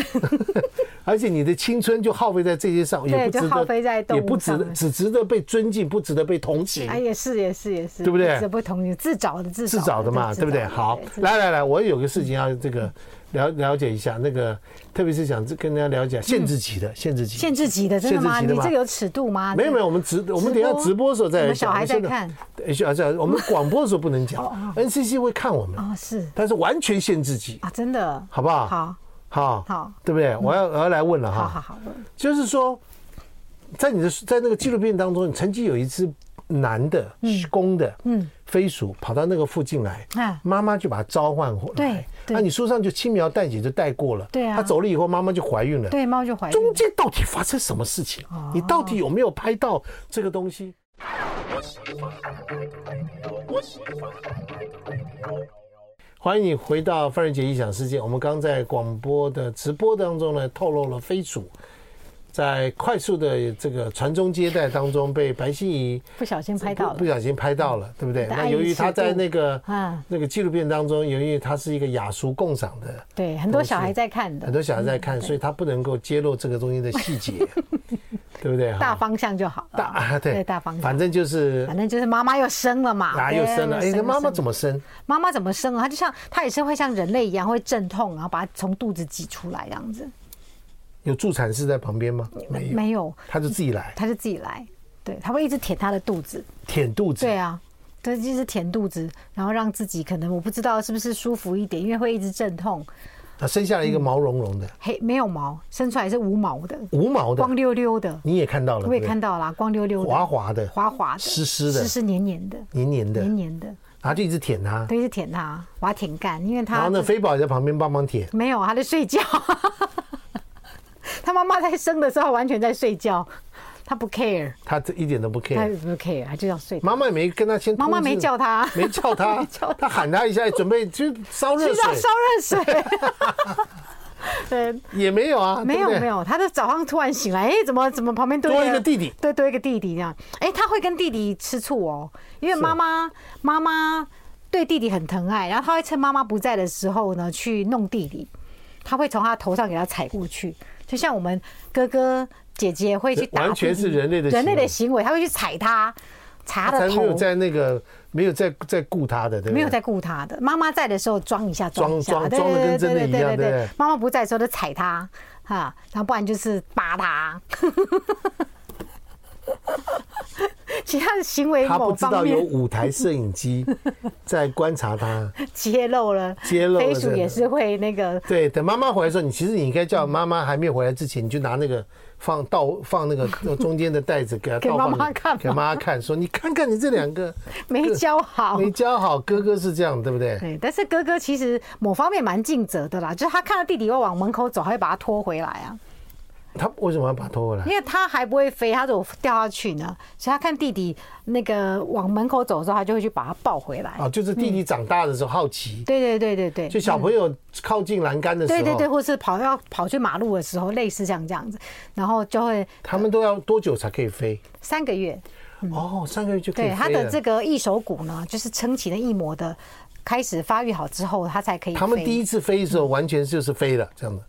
Speaker 1: 而且你的青春就耗费在这些上，也不值
Speaker 2: 就耗费在
Speaker 1: 得，
Speaker 2: 动
Speaker 1: 也
Speaker 2: 物
Speaker 1: 不值
Speaker 2: 上
Speaker 1: 得，
Speaker 2: 面
Speaker 1: 只值得被尊敬，不值得被同情
Speaker 2: 哎，，也是也是也是，
Speaker 1: 对不对
Speaker 2: 这不同意，自找的自
Speaker 1: 自找的嘛，对不对？好，来来来，我有个事情要这个了了解一下，那个特别是想跟大家了
Speaker 2: 嗯
Speaker 1: 解限制级的，限制级，
Speaker 2: 限制级的，真的吗？
Speaker 1: 限
Speaker 2: 你
Speaker 1: 制级的
Speaker 2: 这
Speaker 1: 嘛
Speaker 2: 个有尺度吗？
Speaker 1: 没有没
Speaker 2: 有，
Speaker 1: 有，我们直我们等一下直播的时候再
Speaker 2: 我
Speaker 1: 来
Speaker 2: 们
Speaker 1: 讲。
Speaker 2: 小孩在
Speaker 1: 现
Speaker 2: 看
Speaker 1: 呃，小孩在，我们广播的时候不能讲，NCC 会看我们，
Speaker 2: 哦，是
Speaker 1: 但是完全限制级，
Speaker 2: 啊，真的，
Speaker 1: 好不好？
Speaker 2: 好，
Speaker 1: 好，
Speaker 2: 好，嗯
Speaker 1: 对不对？我要我要来问了哈。
Speaker 2: 好好好，
Speaker 1: 就是说，在你的在那个纪录片当中，你曾经有一只男的公的嗯飞鼠跑到那个附近来
Speaker 2: 啊，
Speaker 1: 妈妈就把它召唤回
Speaker 2: 对
Speaker 1: 来。
Speaker 2: 对
Speaker 1: 那你书上就轻描淡写就带过了。
Speaker 2: 对啊
Speaker 1: 它走了以后，妈妈就怀孕了。
Speaker 2: 对，猫就怀孕
Speaker 1: 中
Speaker 2: 了，
Speaker 1: 间到底发生什么事情？你到底有没有拍到这个东西？欢迎你回到范仁杰异想世界。我们刚在广播的直播当中呢，透露了飞鼠在快速的这个传宗接代当中被白心怡
Speaker 2: 不小心拍到
Speaker 1: 不
Speaker 2: 了，
Speaker 1: 小心拍到了，对不对？
Speaker 2: 但
Speaker 1: 那由于他在那个
Speaker 2: 嗯
Speaker 1: 那个纪录片当中，由于他是一个雅俗共赏的
Speaker 2: 对，很多小孩在看
Speaker 1: 很
Speaker 2: 的，
Speaker 1: 多小孩在
Speaker 2: 嗯
Speaker 1: 看，所以他不能够揭露这个东西的细节， 对不对？哈
Speaker 2: 大方向就好了，
Speaker 1: 大 啊，对，
Speaker 2: 对大方向。
Speaker 1: 反正就是
Speaker 2: 反正就是妈妈又生了嘛，
Speaker 1: 啊，又生了。哎，那妈妈
Speaker 2: 么
Speaker 1: 怎么生？
Speaker 2: 妈妈怎么生啊？她就像她也是会像人类一样会阵痛，然后把它从肚子挤出来这样子。
Speaker 1: 有助产士在旁边吗？没有，
Speaker 2: 没有，
Speaker 1: 他就自己来
Speaker 2: 她就自己来，对，她会一直舔她的肚子，
Speaker 1: 舔肚子
Speaker 2: 对。啊，对，就是填肚子，然后让自己可能我不知道是不是舒服一点，因为会一直阵痛，
Speaker 1: 啊，生下来一
Speaker 2: 嗯
Speaker 1: 个毛茸茸的，
Speaker 2: 黑没有毛，生出来是无毛的，
Speaker 1: 无毛的
Speaker 2: 光，溜溜的，
Speaker 1: 你也看到了，
Speaker 2: 我也
Speaker 1: 对不对
Speaker 2: 看到啦，光溜溜的，
Speaker 1: 滑滑的，
Speaker 2: 滑滑的，
Speaker 1: 湿湿的
Speaker 2: 湿湿黏黏的，
Speaker 1: 黏黏的
Speaker 2: 黏。黏的，
Speaker 1: 然后就一直舔它，
Speaker 2: 对，一直舔它，把它舔干，因为它
Speaker 1: 然后呢，飞宝也在旁边帮忙舔。
Speaker 2: 没有，他在睡觉。 他妈妈在生的时候完全在睡觉，他不 care，
Speaker 1: 他这一点都不
Speaker 2: 他
Speaker 1: care，
Speaker 2: 不 care，他就要睡。
Speaker 1: 妈妈也没跟他先通知，
Speaker 2: 妈妈没叫他
Speaker 1: 没叫 他，他喊他一下，准备去烧热
Speaker 2: 去烧
Speaker 1: 水，
Speaker 2: 烧热水。 对，
Speaker 1: 也没有啊，
Speaker 2: 没有
Speaker 1: 对不对
Speaker 2: 没，有，他就早上突然醒来，哎、怎么怎么旁边多
Speaker 1: 多一个弟弟
Speaker 2: 对，多一个弟弟这样。哎、他会跟弟弟吃醋哦，因为妈妈妈妈对弟弟很疼爱，然后他会趁妈妈不在的时候呢去弄弟弟，他会从他头上给他踩过去，就像我们哥哥姐姐会去打弟弟，
Speaker 1: 完全是人类的
Speaker 2: 人类
Speaker 1: 行为
Speaker 2: 的行为，他会去踩他，踩他
Speaker 1: 他
Speaker 2: 的
Speaker 1: 没
Speaker 2: 头
Speaker 1: 有。在那个没有在在顾他的，对不对？
Speaker 2: 没有在顾他的，妈妈在的时候装一下，一下，
Speaker 1: 装
Speaker 2: 对
Speaker 1: 装装得跟真的
Speaker 2: 对对
Speaker 1: 一样对
Speaker 2: 对对
Speaker 1: 不
Speaker 2: 对
Speaker 1: 对。
Speaker 2: 妈妈不在的时候就踩他，哈，然后不然就是扒他。 其他的行为
Speaker 1: 他
Speaker 2: 某
Speaker 1: 不知
Speaker 2: 方
Speaker 1: 道有
Speaker 2: 面
Speaker 1: 五台摄影机 在观察他。
Speaker 2: 揭露了，
Speaker 1: 揭露了
Speaker 2: 飞
Speaker 1: 这
Speaker 2: 鼠
Speaker 1: 个
Speaker 2: 也是会 那个
Speaker 1: 对，等妈妈回来的时候，你其实你应该叫妈妈还没有回来之前，你就拿那个放倒放那个 呃中间的袋子给她
Speaker 2: 给
Speaker 1: 倒放
Speaker 2: 妈妈
Speaker 1: 里
Speaker 2: 看吗
Speaker 1: 给妈妈看，说你看看你这两 个
Speaker 2: 没教好。
Speaker 1: 没教好，哥哥是这样，对不对？
Speaker 2: 哦对，但是哥哥其实某方面蛮尽责的啦，就是他看到弟弟要往门口走，还会把他拖回来啊，
Speaker 1: 他为什么要把他拖回来？
Speaker 2: 因为他还不会飞，他如果掉下去呢，所以他看弟弟那个往门口走的时候，他就会去把他抱回来。
Speaker 1: 啊，就是弟弟长大的时候好奇，
Speaker 2: 对对对对对，
Speaker 1: 就小朋友靠近栏杆的时候，
Speaker 2: 嗯对对对，或是跑要跑去马路的时候，类似像这样子，然后就会
Speaker 1: 他们都要多久才可以飞？
Speaker 2: 三个月，
Speaker 1: 哦，三个月就可以
Speaker 2: 嗯对
Speaker 1: 飞
Speaker 2: 他的
Speaker 1: 了。
Speaker 2: 这个翼手骨呢，就是撑起了翼膜的开始发育好之后，它才可以飞。
Speaker 1: 他们第一次飞的时候，完全就是飞了，这样的，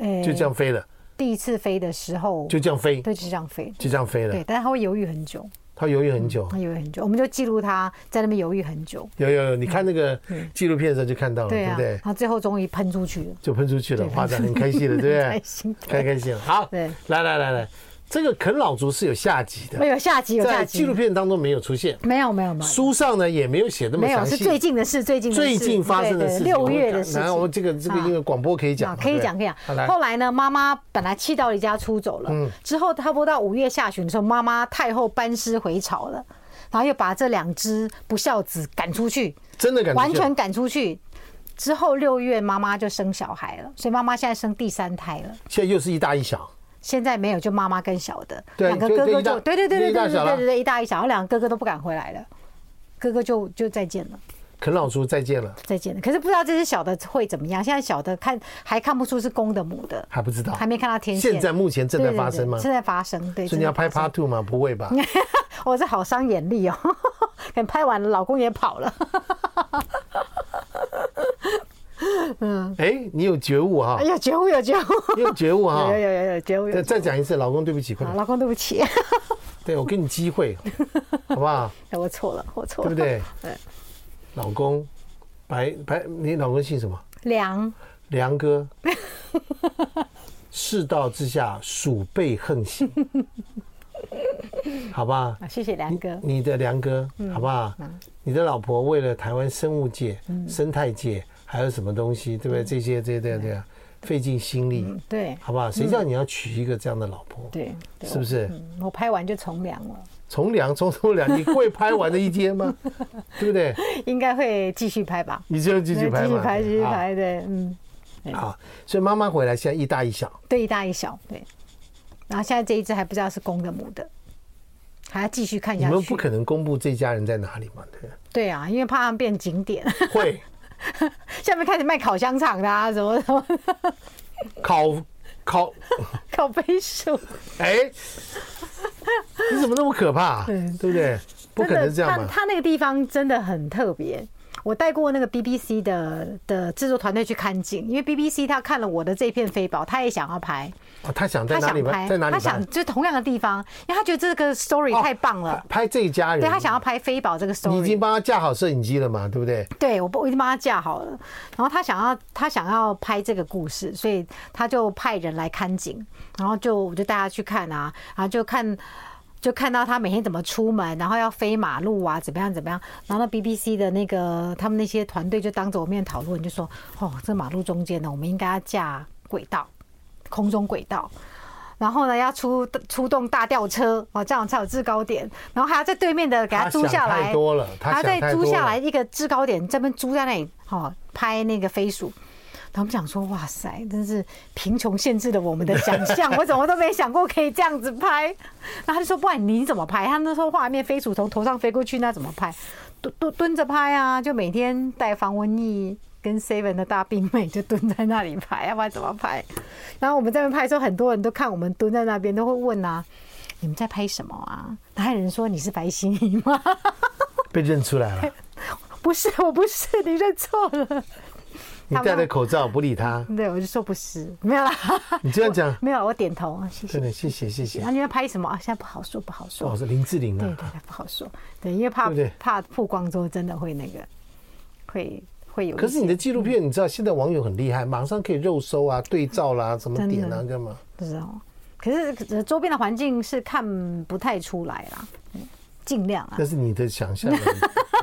Speaker 2: 呃
Speaker 1: 就这样飞了，
Speaker 2: 第一次飞的时候，
Speaker 1: 就这啊样飞，
Speaker 2: 对，就这样飞。
Speaker 1: 就这样飞
Speaker 2: 对，嗯
Speaker 1: 了。
Speaker 2: 但是他会犹豫很久，
Speaker 1: 他犹豫很久
Speaker 2: 他，犹豫很久，我们就记录他在那边犹豫很久，
Speaker 1: 有有有，你看那个纪录片的时候就看到了，
Speaker 2: 嗯
Speaker 1: 哦
Speaker 2: 对
Speaker 1: 对
Speaker 2: 啊，
Speaker 1: 不对
Speaker 2: 然？后最后终于喷出去了，
Speaker 1: 就喷出去了，
Speaker 2: 对
Speaker 1: 哇塞，很开心了，对不对？哎
Speaker 2: 开心
Speaker 1: 开开心了。好，
Speaker 2: 对
Speaker 1: 来来来来，这个啃老族是有下集的，
Speaker 2: 没有下集，有下
Speaker 1: 在纪
Speaker 2: 集
Speaker 1: 录，片当中没有出现，
Speaker 2: 没有没有没有
Speaker 1: 书上呢也没有写那么
Speaker 2: 没
Speaker 1: 详
Speaker 2: 有，是
Speaker 1: 细。
Speaker 2: 最近的事，最近的事
Speaker 1: 最近发生的
Speaker 2: 对
Speaker 1: 事情，
Speaker 2: 对六月的事情。
Speaker 1: 然后我们这个这个
Speaker 2: 啊
Speaker 1: 因为广播可以讲
Speaker 2: 啊
Speaker 1: 嘛，，
Speaker 2: 可以
Speaker 1: 对
Speaker 2: 讲，可以
Speaker 1: 好
Speaker 2: 讲。
Speaker 1: 来嗯
Speaker 2: 后来呢，妈妈本来气到离家出走了，之后差不多到五月下旬的时候，妈妈太后班师回朝了，然后又把这两只不孝子赶出去，
Speaker 1: 真的感觉
Speaker 2: 完全赶出去。之后六月妈妈就生小孩了，所以妈妈现在生第三胎了。
Speaker 1: 现在又是一大一小，
Speaker 2: 现在没有，就妈妈跟小的
Speaker 1: 对
Speaker 2: 两个
Speaker 1: 就
Speaker 2: 哥
Speaker 1: 就
Speaker 2: 哥
Speaker 1: 一大
Speaker 2: 就对对对
Speaker 1: 就一
Speaker 2: 对对
Speaker 1: 大
Speaker 2: 对
Speaker 1: 小
Speaker 2: 对
Speaker 1: 啦
Speaker 2: 对对一大一小，然后两个哥哥都不敢回来了，哥哥就就再见了。
Speaker 1: 啃老族再见了，
Speaker 2: 再见了，可是不知道这只小的会怎么样。现在小的看还看不出是公的母的，
Speaker 1: 还不知道，
Speaker 2: 还没看到天
Speaker 1: 哦
Speaker 2: 线。
Speaker 1: 现在目前正在
Speaker 2: 对
Speaker 1: 发生吗
Speaker 2: 对对？正在发生，嗯对。
Speaker 1: 所以你要拍
Speaker 2: 正在发
Speaker 1: Part Two 吗？不会吧？
Speaker 2: 生？ 哦，这好伤眼力哦，等拍完了，老公也跑了。
Speaker 1: 哦
Speaker 2: 嗯
Speaker 1: 哎，你有觉悟哈
Speaker 2: 哎，呦，觉悟有觉悟，
Speaker 1: 你有觉悟啊哈
Speaker 2: 有。有有有觉悟有
Speaker 1: 再
Speaker 2: 觉
Speaker 1: 再讲一次，老公，对不起，快
Speaker 2: 悟。
Speaker 1: 点，
Speaker 2: 老公，对不起，
Speaker 1: 对我给你机会，好不好？
Speaker 2: 哎我错了，我错
Speaker 1: 对
Speaker 2: 了。
Speaker 1: 不对
Speaker 2: 对？
Speaker 1: 老公，白白，你老公姓什么？
Speaker 2: 梁
Speaker 1: 梁 哥。世道之下，鼠辈横 行，好吧？
Speaker 2: 啊，谢谢梁哥。
Speaker 1: 你的梁哥，
Speaker 2: 嗯
Speaker 1: 好不好？你的老婆为了台湾生物界、
Speaker 2: 嗯
Speaker 1: 生态界，还有什么东西，对不对？这些，这些，对对啊，费尽心力，
Speaker 2: 对
Speaker 1: 好不好？谁叫你要娶一个这样的老婆？
Speaker 2: 嗯对，对
Speaker 1: 是不是？
Speaker 2: 嗯我拍完就从良了，
Speaker 1: 从良，从头良，你会拍完的一天 吗？对不对？
Speaker 2: 应该会继续拍吧？
Speaker 1: 你就继续拍
Speaker 2: 继续
Speaker 1: 嘛，
Speaker 2: 拍，继续拍，对，嗯，
Speaker 1: 啊。好，所以妈妈回来，现在一大一小，
Speaker 2: 对，一大一小，对。然后现在这一只还不知道是公的母的，还要继续看
Speaker 1: 你
Speaker 2: 下
Speaker 1: 们
Speaker 2: 去
Speaker 1: 不。可能公布这家人在哪里嘛？对不
Speaker 2: 对啊，因为怕它们变景点。
Speaker 1: 对，会
Speaker 2: 下面开始卖烤香肠的啊，什么什么
Speaker 1: 考考，
Speaker 2: 烤飞鼠，
Speaker 1: 哎，你怎么那么可怕？啊
Speaker 2: 对
Speaker 1: 对不对？不可能这样
Speaker 2: 真的
Speaker 1: 嘛
Speaker 2: 他。他那个地方真的很特别。我带过那个 BBC 的的制作团队去看景，因为 BBC 他看了我的这片飞宝，他也想要拍，
Speaker 1: 哦，他想在
Speaker 2: 他
Speaker 1: 哪
Speaker 2: 想
Speaker 1: 里
Speaker 2: 拍，
Speaker 1: 拍？在哪里
Speaker 2: 他
Speaker 1: 拍
Speaker 2: 想？就是同样的地方，因为他觉得这个 story
Speaker 1: 哦
Speaker 2: 太棒了，
Speaker 1: 拍拍这一家人。
Speaker 2: 对他想要拍飞宝这个
Speaker 1: 你已经
Speaker 2: story。
Speaker 1: 帮他架好摄影机了嘛？对不对？
Speaker 2: 对，我我已经帮他架好了，然后他想要他想要拍这个故事，所以他就派人来看景，然后就我就带他去看啊，然后就看就看到他每天怎么出门，然后要飞马路啊，怎么样怎么样，然后那 BBC 的那个他们那些团队就当着我面讨论，就说哦，这马路中间呢，我们应该要架轨道，空中轨道。然后呢要出出动大吊车哦，这样才有制高点，然后还要在对面的给它租下
Speaker 1: 想
Speaker 2: 来，
Speaker 1: 太多了，他
Speaker 2: 然后
Speaker 1: 想
Speaker 2: 再
Speaker 1: 太
Speaker 2: 租
Speaker 1: 多
Speaker 2: 下
Speaker 1: 了
Speaker 2: 来一个制高点，这边租在那里，好、哦、拍那个飞鼠。然后我们想说，哇塞，真是贫穷限制了我们的想象，我怎么都没想过可以这样子拍。然后他就说，不然你怎么拍？他那时候画面飞鼠从头上飞过去，那怎么拍？蹲蹲蹲着拍啊，就每天带防蚊液跟 Seven 的大冰妹就蹲在那里拍，要不然怎么拍？然后我们在那边拍的时候，很多人都看我们蹲在那边，都会问啊，你们在拍什么啊？然后还有人说你是白心怡吗？
Speaker 1: 被认出来 了。
Speaker 2: 不是，我不是，你认错了。
Speaker 1: 你戴着口罩不理他，
Speaker 2: 对，我就说不是，没有啦，
Speaker 1: 你这样讲，
Speaker 2: 没有，我点头，啊谢
Speaker 1: 真
Speaker 2: 谢。
Speaker 1: 的谢谢谢谢
Speaker 2: 然。后你要拍什么啊？现在不好说，不好说
Speaker 1: 哦，。是林志玲
Speaker 2: 对对
Speaker 1: 啊，
Speaker 2: 对，不好说。对，因为怕
Speaker 1: 对不对
Speaker 2: 怕曝光之后真的会那个，会会有一
Speaker 1: 可
Speaker 2: 些。
Speaker 1: 是你的纪录片，你知道现在网友很厉害，马上可以肉搜啊、对照啦、怎么点啊、
Speaker 2: 真
Speaker 1: 干嘛？
Speaker 2: 不知道，可是呃周边的环境是看不太出来啦，嗯尽量啊
Speaker 1: 那，是你的想 象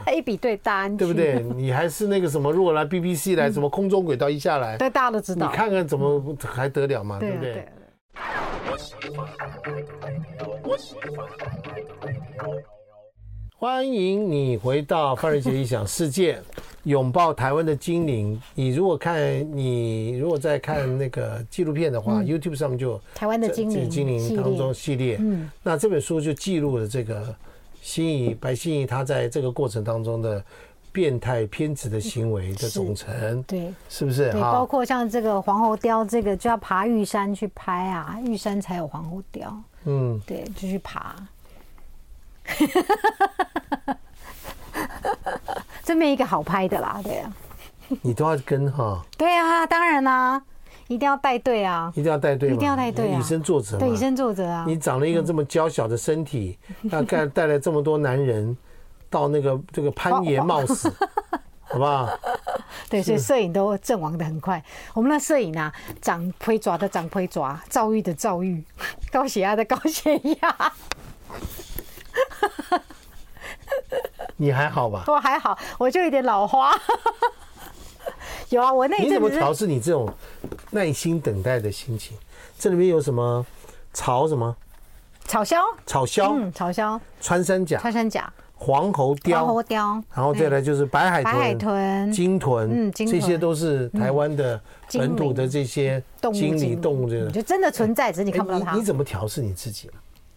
Speaker 1: 而已，
Speaker 2: 一比对大安区
Speaker 1: 对不？对？你还是那个什么，如果来 BBC 来什么空中轨道一下来，
Speaker 2: 嗯对，大家都知
Speaker 1: 你
Speaker 2: 道。
Speaker 1: 看看怎么还得了嘛，对
Speaker 2: 对啊
Speaker 1: 不
Speaker 2: 对
Speaker 1: 对
Speaker 2: 啊？对啊
Speaker 1: 欢迎你回到范瑞杰理想世 界，拥抱台湾的精灵。你如果看你如果在看那个纪录片的话、y o u t u b e 上面就有
Speaker 2: 嗯台湾的精
Speaker 1: 这这
Speaker 2: 灵
Speaker 1: 精
Speaker 2: 系
Speaker 1: 灵
Speaker 2: 列
Speaker 1: 当中系列。嗯，那这本书就记录了这个心仪白心仪她在这个过程当中的变态偏执的行为的总成，
Speaker 2: 对
Speaker 1: 是不是
Speaker 2: 对，包
Speaker 1: 哈？
Speaker 2: 括像这个黄喉貂，这个就要爬玉山去拍啊，玉山才有黄喉貂，
Speaker 1: 嗯，
Speaker 2: 对，就去爬。 这没一个好拍的啦，对啊，
Speaker 1: 你都要跟哈，
Speaker 2: 对啊，当然啦、一定要带队啊，
Speaker 1: 一定要带队嘛，
Speaker 2: 一定要带队啊
Speaker 1: 以身作则嘛，
Speaker 2: 对，以身作则啊，
Speaker 1: 你长了一个这么娇小的身体，那带带来这么多男人到那个这个攀岩冒死，好不好？
Speaker 2: 对，所以摄影都阵亡的很快。我们的摄影啊，长胚爪的长胚爪，躁郁的躁郁， 高血压的高血压。
Speaker 1: 你还好吧？
Speaker 2: 我还好，我就有点老花。 有啊，我那一
Speaker 1: 你怎
Speaker 2: 阵
Speaker 1: 么
Speaker 2: 子是
Speaker 1: 调试你这种耐心等待的心情？这里面有什么草什么
Speaker 2: 草鸮，
Speaker 1: 草鸮、
Speaker 2: 嗯，草鸮、
Speaker 1: 穿山甲、
Speaker 2: 穿山甲、
Speaker 1: 黄喉
Speaker 2: 黄喉
Speaker 1: 貂，
Speaker 2: 貂，
Speaker 1: 然后再来就是白海
Speaker 2: 白
Speaker 1: 豚、
Speaker 2: 海豚
Speaker 1: 鲸豚，
Speaker 2: 嗯鲸
Speaker 1: 这些
Speaker 2: 豚
Speaker 1: 都是台湾的
Speaker 2: 精
Speaker 1: 本土
Speaker 2: 灵
Speaker 1: 的这些
Speaker 2: 动物
Speaker 1: 经理
Speaker 2: 精
Speaker 1: 动物的
Speaker 2: 嗯。就真的存在，只是你
Speaker 1: 哎
Speaker 2: 看不到它
Speaker 1: 你你。怎么调试你自己啊？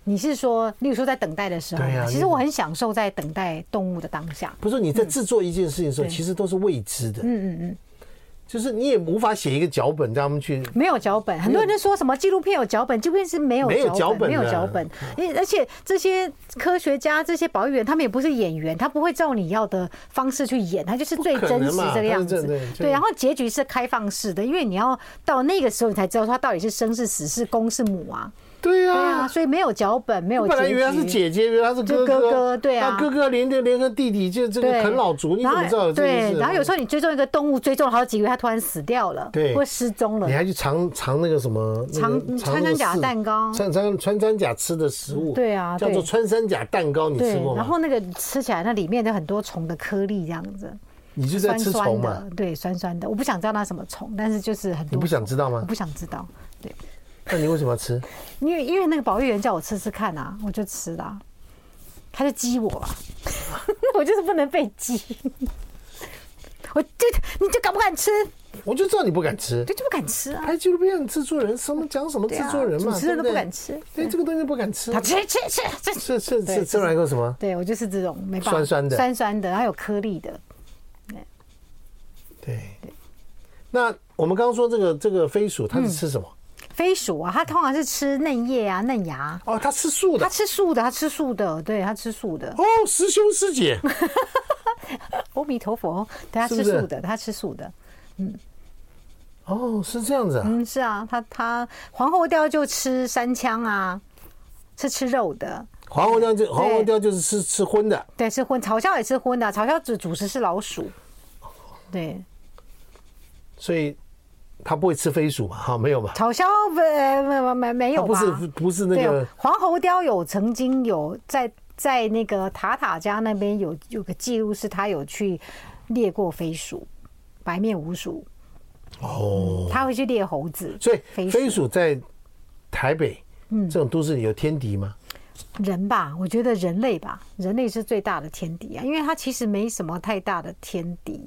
Speaker 2: 你是说，例如说在等待的时候
Speaker 1: 对啊，
Speaker 2: 其
Speaker 1: 你
Speaker 2: 实
Speaker 1: 怎
Speaker 2: 我
Speaker 1: 么
Speaker 2: 很享受在等待动物的当下。
Speaker 1: 不是你
Speaker 2: 嗯
Speaker 1: 在制作一件事情的时候，其实都是未知的。嗯嗯嗯，就是你也无法写一个脚本让他们去。
Speaker 2: 没有脚本，很多人就说什么纪录片有脚本，纪录片是没有
Speaker 1: 没有脚本
Speaker 2: 脚
Speaker 1: 啊嗯
Speaker 2: 没有
Speaker 1: 的
Speaker 2: 脚本。因为而且这些科学家、这些保育员，他们也不是演员，他不会照你要的方式去演，他就是最
Speaker 1: 可
Speaker 2: 真
Speaker 1: 能
Speaker 2: 实
Speaker 1: 嘛
Speaker 2: 这个
Speaker 1: 他
Speaker 2: 样
Speaker 1: 是
Speaker 2: 子
Speaker 1: 真的。就
Speaker 2: 对，然后结局是开放式的，因为你要到那个时候，你才知道他到底是生是死，是公是母啊。
Speaker 1: 对
Speaker 2: 对啊，
Speaker 1: 啊，
Speaker 2: 所以没有脚本，没有
Speaker 1: 本来
Speaker 2: 结
Speaker 1: 以为他是
Speaker 2: 局。
Speaker 1: 姐姐，以为他是哥
Speaker 2: 就哥哥对啊
Speaker 1: 那哥哥连着连个弟弟，就这个
Speaker 2: 对，
Speaker 1: 啃老族，你怎
Speaker 2: 然后
Speaker 1: 么知道有这件
Speaker 2: 对，
Speaker 1: 事？
Speaker 2: 然后有时候你追踪一个动物，追踪了好几个月，它突然死掉了，
Speaker 1: 对
Speaker 2: 或失踪了
Speaker 1: 你，还去尝尝那个什么那个尝
Speaker 2: 尝穿
Speaker 1: 那个
Speaker 2: 山甲
Speaker 1: 食
Speaker 2: 蛋糕
Speaker 1: 穿穿穿山甲吃的食物，
Speaker 2: 对啊
Speaker 1: 叫做
Speaker 2: 对
Speaker 1: 穿山甲蛋糕，你
Speaker 2: 对
Speaker 1: 吃过，
Speaker 2: 然
Speaker 1: 吗？
Speaker 2: 后那个吃起来，那里面有很多虫的颗粒这样子。
Speaker 1: 你就在
Speaker 2: 酸
Speaker 1: 吃
Speaker 2: 酸
Speaker 1: 虫嘛
Speaker 2: 的，，对，酸酸的。我不想知道那什么虫，但是就是很多。
Speaker 1: 你不想知道吗
Speaker 2: 我不想知道，对，
Speaker 1: 那你为什么要吃？
Speaker 2: 因为因为那个保育员叫我吃吃看啊，我就吃啦、他就激我啦， 我就是不能被激，我就你就敢不敢吃，
Speaker 1: 我就知道你不敢吃。哎
Speaker 2: 对，就不敢吃啊。
Speaker 1: 拍纪录片制作人什么讲什么制
Speaker 2: 对啊
Speaker 1: 作人嘛，
Speaker 2: 主持人都
Speaker 1: 对
Speaker 2: 不
Speaker 1: 对
Speaker 2: 敢吃
Speaker 1: 对这个东西不敢吃
Speaker 2: 他。吃吃吃吃，
Speaker 1: 是是
Speaker 2: 对
Speaker 1: 是，吃
Speaker 2: 就是
Speaker 1: 完以后什么？
Speaker 2: 对我就是这种没办法，
Speaker 1: 酸酸的
Speaker 2: 酸酸的，然后有颗粒的，
Speaker 1: 对。那我们刚刚说这个这个飞鼠，
Speaker 2: 嗯
Speaker 1: 它是吃什么？
Speaker 2: 飞鼠啊，它通常是吃嫩叶啊、嫩芽，
Speaker 1: 哦，它吃素的
Speaker 2: 它。吃素的，它吃素的，对，它吃素的。
Speaker 1: 哦，师兄师姐，
Speaker 2: 阿弥陀佛，对，它
Speaker 1: 是不
Speaker 2: 吃
Speaker 1: 是
Speaker 2: 素的，它吃素的。
Speaker 1: 哦，是这样子啊。
Speaker 2: 嗯，是啊，他他皇后雕就吃山枪啊，是吃肉的，
Speaker 1: 黄喉貂就黄喉貂就是吃吃荤的，
Speaker 2: 对，吃荤。草鸮也吃荤的，啊草鸮主主食是老鼠，对，
Speaker 1: 所以它不会吃飞鼠嘛？哈，没有吧？
Speaker 2: 草鸮不呃没没没没
Speaker 1: 它
Speaker 2: 有
Speaker 1: 不
Speaker 2: 吧？
Speaker 1: 是不是那
Speaker 2: 对
Speaker 1: 个，
Speaker 2: 黄喉貂有曾经有在在那个塔塔家那边有有个记录，是他有去猎过飞鼠，白面鼯鼠，
Speaker 1: 哦。
Speaker 2: 他会去猎猴子，
Speaker 1: 所以
Speaker 2: 飞鼠
Speaker 1: 飞鼠在台北嗯，这种都市里有天敌吗？
Speaker 2: 呃人吧，我觉得人类吧，人类是最大的天敌啊，因为它其实没什么太大的天敌。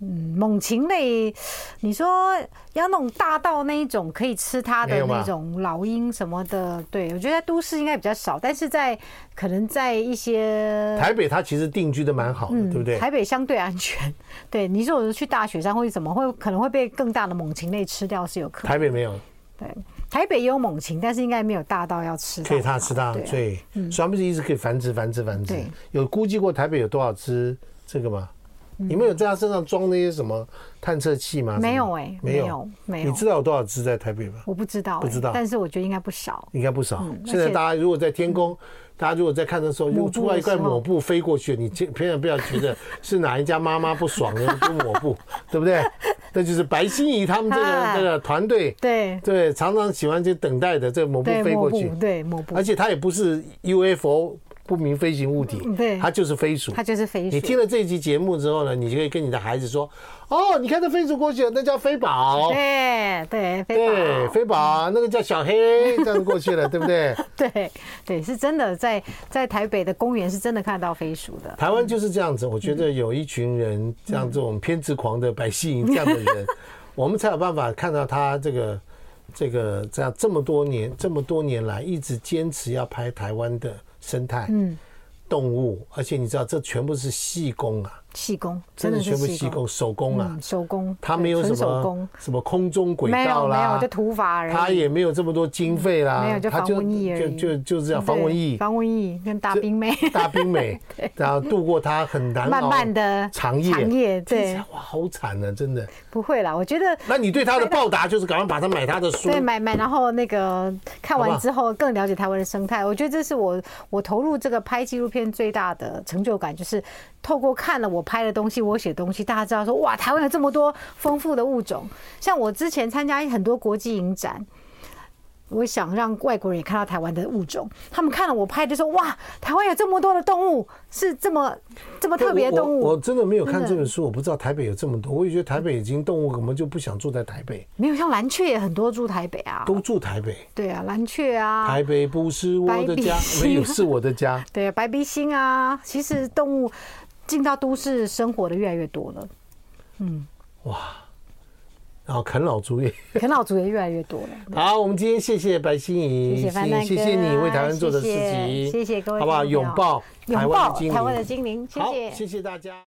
Speaker 2: 嗯，猛禽类，你说要那种大到那一种可以吃它
Speaker 1: 没
Speaker 2: 的
Speaker 1: 有吧
Speaker 2: 那种老鹰什么的，对我觉得在都市应该比较少，但是在可能在一些
Speaker 1: 台北它其实定居的蛮好的，对不对？
Speaker 2: 嗯台北相对安全。 对，你说我去大雪山或者怎么会可能会被更大的猛禽类吃掉是有可能。
Speaker 1: 台北没有，
Speaker 2: 对，台北也有猛禽，但是应该没有大到要吃到
Speaker 1: 可以它吃它，
Speaker 2: 对啊
Speaker 1: 所以所以它们是一直可以繁殖、繁殖、繁殖
Speaker 2: 对。
Speaker 1: 有估计过台北有多少只这个吗？你们有在它身上装那些什么探测器吗？
Speaker 2: 嗯没有
Speaker 1: 什么
Speaker 2: 哎
Speaker 1: 没
Speaker 2: 没有没有
Speaker 1: 你知道有多少只在台北吗？
Speaker 2: 我不知道欸、
Speaker 1: 不知道
Speaker 2: 但是我觉得应该不少。
Speaker 1: 应该不少。
Speaker 2: 嗯而且
Speaker 1: 现在大家如果在天空，大家如果在看的时候，如果
Speaker 2: 布
Speaker 1: 出来一块
Speaker 2: 的时候
Speaker 1: 抹布飞过去，你千千万不要觉得是哪一家妈妈不 爽了不抹布，对不对？那就是白心怡他们这个
Speaker 2: 哎
Speaker 1: 这个团队，
Speaker 2: 对
Speaker 1: 对，常常喜欢去等待的这个抹布
Speaker 2: 对，
Speaker 1: 飞
Speaker 2: 抹
Speaker 1: 过
Speaker 2: 布
Speaker 1: 去，
Speaker 2: 对抹布
Speaker 1: 而，且它也不是 UFO 不明飞行物体，
Speaker 2: 嗯对
Speaker 1: 它就是飞鼠
Speaker 2: 它。就是飞
Speaker 1: 你听
Speaker 2: 鼠。
Speaker 1: 了这一集节目之后呢，你就可以跟你的孩子说：“哦，你看这飞鼠过去，那叫飞宝。”
Speaker 2: 对对，飞
Speaker 1: 对，
Speaker 2: 宝，
Speaker 1: 飞宝那个叫小黑，这样过去了，对不对？
Speaker 2: 对对，是真的在在台北的公园是真的看得到飞鼠的。
Speaker 1: 台湾就是这样子，我觉得有一群人像这种偏执狂的百姓这样的人，我们才有办法看到他这个这个这样这么多年这么多年来一直坚持要拍台湾的生态，嗯，动物，而且你知道这全部是细工啊，
Speaker 2: 细工
Speaker 1: 真的
Speaker 2: 的是
Speaker 1: 全部细工，手工啊
Speaker 2: 嗯，，手工，
Speaker 1: 他
Speaker 2: 对
Speaker 1: 没有什
Speaker 2: 纯手
Speaker 1: 么
Speaker 2: 工，
Speaker 1: 什么空中轨
Speaker 2: 没
Speaker 1: 道
Speaker 2: 有没有
Speaker 1: 啦
Speaker 2: 就，土法而已。
Speaker 1: 他也没有这么多经费
Speaker 2: 没
Speaker 1: 啦
Speaker 2: 有，就
Speaker 1: 他
Speaker 2: 防
Speaker 1: 就
Speaker 2: 蚊疫而
Speaker 1: 就
Speaker 2: 已
Speaker 1: 就就是要啊防
Speaker 2: 对
Speaker 1: 蚊疫，
Speaker 2: 防蚊疫跟大兵妹，
Speaker 1: 大兵美，然后度过他很难
Speaker 2: 慢
Speaker 1: 熬
Speaker 2: 慢的
Speaker 1: 哦长夜，
Speaker 2: 长夜
Speaker 1: 听起来
Speaker 2: 对
Speaker 1: 哇，好惨啊，真的。
Speaker 2: 不会啦，我觉得。
Speaker 1: 那你对他的报答就是赶快把他买他的书，
Speaker 2: 对，买买，然后那个看
Speaker 1: 好不
Speaker 2: 完
Speaker 1: 好
Speaker 2: 之后更了解台湾的生态。我觉得这是我我投入这个拍纪录片最大的成就感，就是透过看了我拍的东西，我写的东西，大家知道说哇，台湾有这么多丰富的物种。像我之前参加很多国际影展，我想让外国人也看到台湾的物种，他们看了我拍的说哇，台湾有这么多的动物，是这么这么
Speaker 1: 对
Speaker 2: 特别
Speaker 1: 我
Speaker 2: 的动
Speaker 1: 我
Speaker 2: 物
Speaker 1: 我，真的没有看这本书，我不知道台北有这么多。我也觉得台北已经动物，我们就不想住在台北，
Speaker 2: 没有像蓝雀也很多住台北啊，
Speaker 1: 都住台北。
Speaker 2: 对啊，蓝雀啊，
Speaker 1: 台北不是我的家
Speaker 2: 白比，
Speaker 1: 没有是我的 家。
Speaker 2: 对，白鼻星啊，其实动物进到都市生活的越来越多 了，
Speaker 1: 然后哦啃老族也。
Speaker 2: 啃老族也越来越多了。
Speaker 1: 好，我们今天谢谢白心怡，
Speaker 2: 谢谢范范哥，啊
Speaker 1: 谢谢你为台湾做的事
Speaker 2: 谢谢
Speaker 1: 情，
Speaker 2: 谢谢各位，
Speaker 1: 好不好？拥抱
Speaker 2: 拥
Speaker 1: 台湾
Speaker 2: 抱
Speaker 1: 的精灵，
Speaker 2: 台湾的精灵，谢
Speaker 1: 好，
Speaker 2: 谢。
Speaker 1: 谢谢大家。